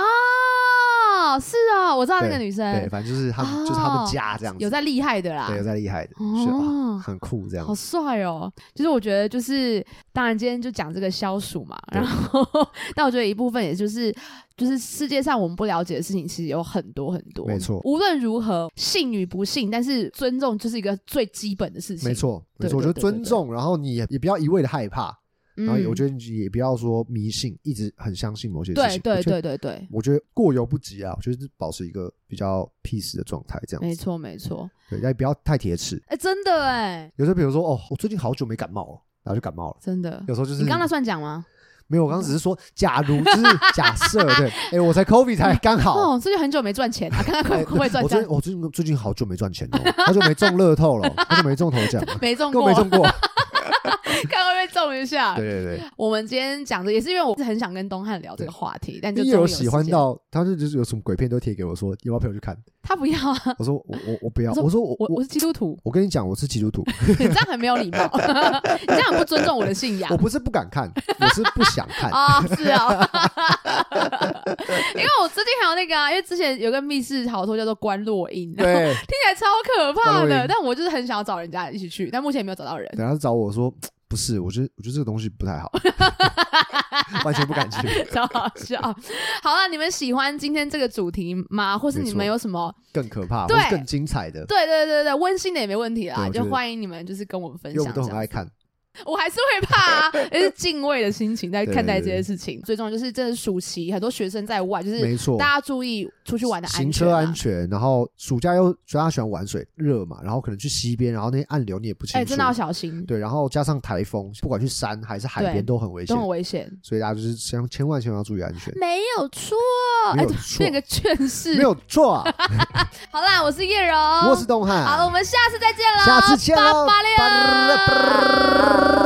Speaker 2: 哦，是哦，我知道那个女
Speaker 1: 对，
Speaker 2: 生
Speaker 1: 反正就是他们，
Speaker 2: 哦
Speaker 1: 就是他们家这样子。
Speaker 2: 有在厉害的啦，
Speaker 1: 对有在厉害的，
Speaker 2: 哦
Speaker 1: 是啊，很酷这样
Speaker 2: 好。帅哦！就是我觉得，就是当然今天就讲这个消暑嘛，
Speaker 1: 对
Speaker 2: 然后 但我觉得一部分也就是就是世界上我们不了解的事情，其实有很多很多。
Speaker 1: 没错
Speaker 2: 无论如何，信与不信，但是尊重就是一个最基本的事情。
Speaker 1: 没，错，没
Speaker 2: 对
Speaker 1: 错，我
Speaker 2: 对
Speaker 1: 觉得
Speaker 2: 对对
Speaker 1: 尊
Speaker 2: 对
Speaker 1: 重，然后你也也不要一味的害怕，
Speaker 2: 嗯
Speaker 1: 然后我觉得你也不要说迷信，一直很相信某些事
Speaker 2: 对
Speaker 1: 情。
Speaker 2: 对
Speaker 1: 我觉得，
Speaker 2: 对对对，
Speaker 1: 我觉得过犹不及啊，我觉得是保持一个比较 peace 的状态，这样
Speaker 2: 没
Speaker 1: 子。
Speaker 2: 错没错。
Speaker 1: 对，但也不要太铁齿。
Speaker 2: 哎，真的哎，
Speaker 1: 有时候比如说，哦，我最近好久没感冒了，然后就感冒了。
Speaker 2: 真的。
Speaker 1: 有时候就是
Speaker 2: 你刚刚那算讲吗？
Speaker 1: 没有，我刚刚只是说，假如就是假设，对， 哎，我才 COVID 才刚好，
Speaker 2: 哦，最近很久没赚钱了，看看会不会赚
Speaker 1: 哎我最
Speaker 2: 钱
Speaker 1: 近，我最近最近好久没 赚钱了，好久没中乐透了，好久没中头奖了，
Speaker 2: 没中
Speaker 1: 根
Speaker 2: 过，
Speaker 1: 本没中过。
Speaker 2: 看会不会动一下。
Speaker 1: 对对对，
Speaker 2: 我们今天讲的也是因为我是很想跟东汉 聊这个话题，但就
Speaker 1: 一
Speaker 2: 终于
Speaker 1: 有
Speaker 2: 时
Speaker 1: 喜欢
Speaker 2: 间
Speaker 1: 到，他就就是有什么鬼片都贴给我说，有没有陪我 去看？
Speaker 2: 他不要 啊，
Speaker 1: 我说我我我不要，
Speaker 2: 我
Speaker 1: 我说我
Speaker 2: 我我
Speaker 1: 我
Speaker 2: 是基督徒，
Speaker 1: 我跟你讲，我是基督徒，
Speaker 2: 你这样很没有礼 貌，你这样很不尊重我的信仰
Speaker 1: 我。不是不敢看，我是不想 看。
Speaker 2: 啊、是啊，因为我最近还有那个啊，因为之前有个密室逃脱叫做关洛音，听
Speaker 1: 对，
Speaker 2: 起来超可怕
Speaker 1: 关洛
Speaker 2: 的
Speaker 1: 音，
Speaker 2: 但我就是很想要找人家一起去，但目前也没有找到人。
Speaker 1: 等下找我说不是，我觉得我觉得这个东西不太 好，完全不敢去，
Speaker 2: 超好笑。好了，你们喜欢今天这个主题吗？或是
Speaker 1: 没
Speaker 2: 你
Speaker 1: 错
Speaker 2: 们有什么？
Speaker 1: 更可怕，
Speaker 2: 对
Speaker 1: 或是更精彩的，
Speaker 2: 对对对对，温馨的也没问题啦，
Speaker 1: 对我觉
Speaker 2: 就
Speaker 1: 得
Speaker 2: 欢迎你们就是跟我们分
Speaker 1: 因为我
Speaker 2: 享
Speaker 1: 们
Speaker 2: 这样
Speaker 1: 都
Speaker 2: 子。
Speaker 1: 很爱看。
Speaker 2: 我还是会怕啊，也是敬畏的心情在
Speaker 1: 对
Speaker 2: 看待这些事情。最重要就是，真的暑期很多学生在外，就是
Speaker 1: 没错
Speaker 2: 大家注意出去玩的安
Speaker 1: 行
Speaker 2: 全
Speaker 1: 车
Speaker 2: 啊、
Speaker 1: 安全，然后暑假又大家喜欢玩水，热嘛，然后可能去西边，然后那些暗流你也不清楚，
Speaker 2: 哎、真的要小心，
Speaker 1: 对，然后加上台风，不管去山还是海
Speaker 2: 对
Speaker 1: 边都很危
Speaker 2: 都
Speaker 1: 险，
Speaker 2: 很危险。
Speaker 1: 所以大家就是千千万千万要注意安全，
Speaker 2: 没有错，哎
Speaker 1: 没有
Speaker 2: 怎么
Speaker 1: 错
Speaker 2: 变个劝世。
Speaker 1: 没有错 啊，
Speaker 2: 好啦，我是叶柔，
Speaker 1: 我是东汉，
Speaker 2: 好了，我们下次再见啦，
Speaker 1: 下次见喽
Speaker 2: 八八六。
Speaker 1: 八六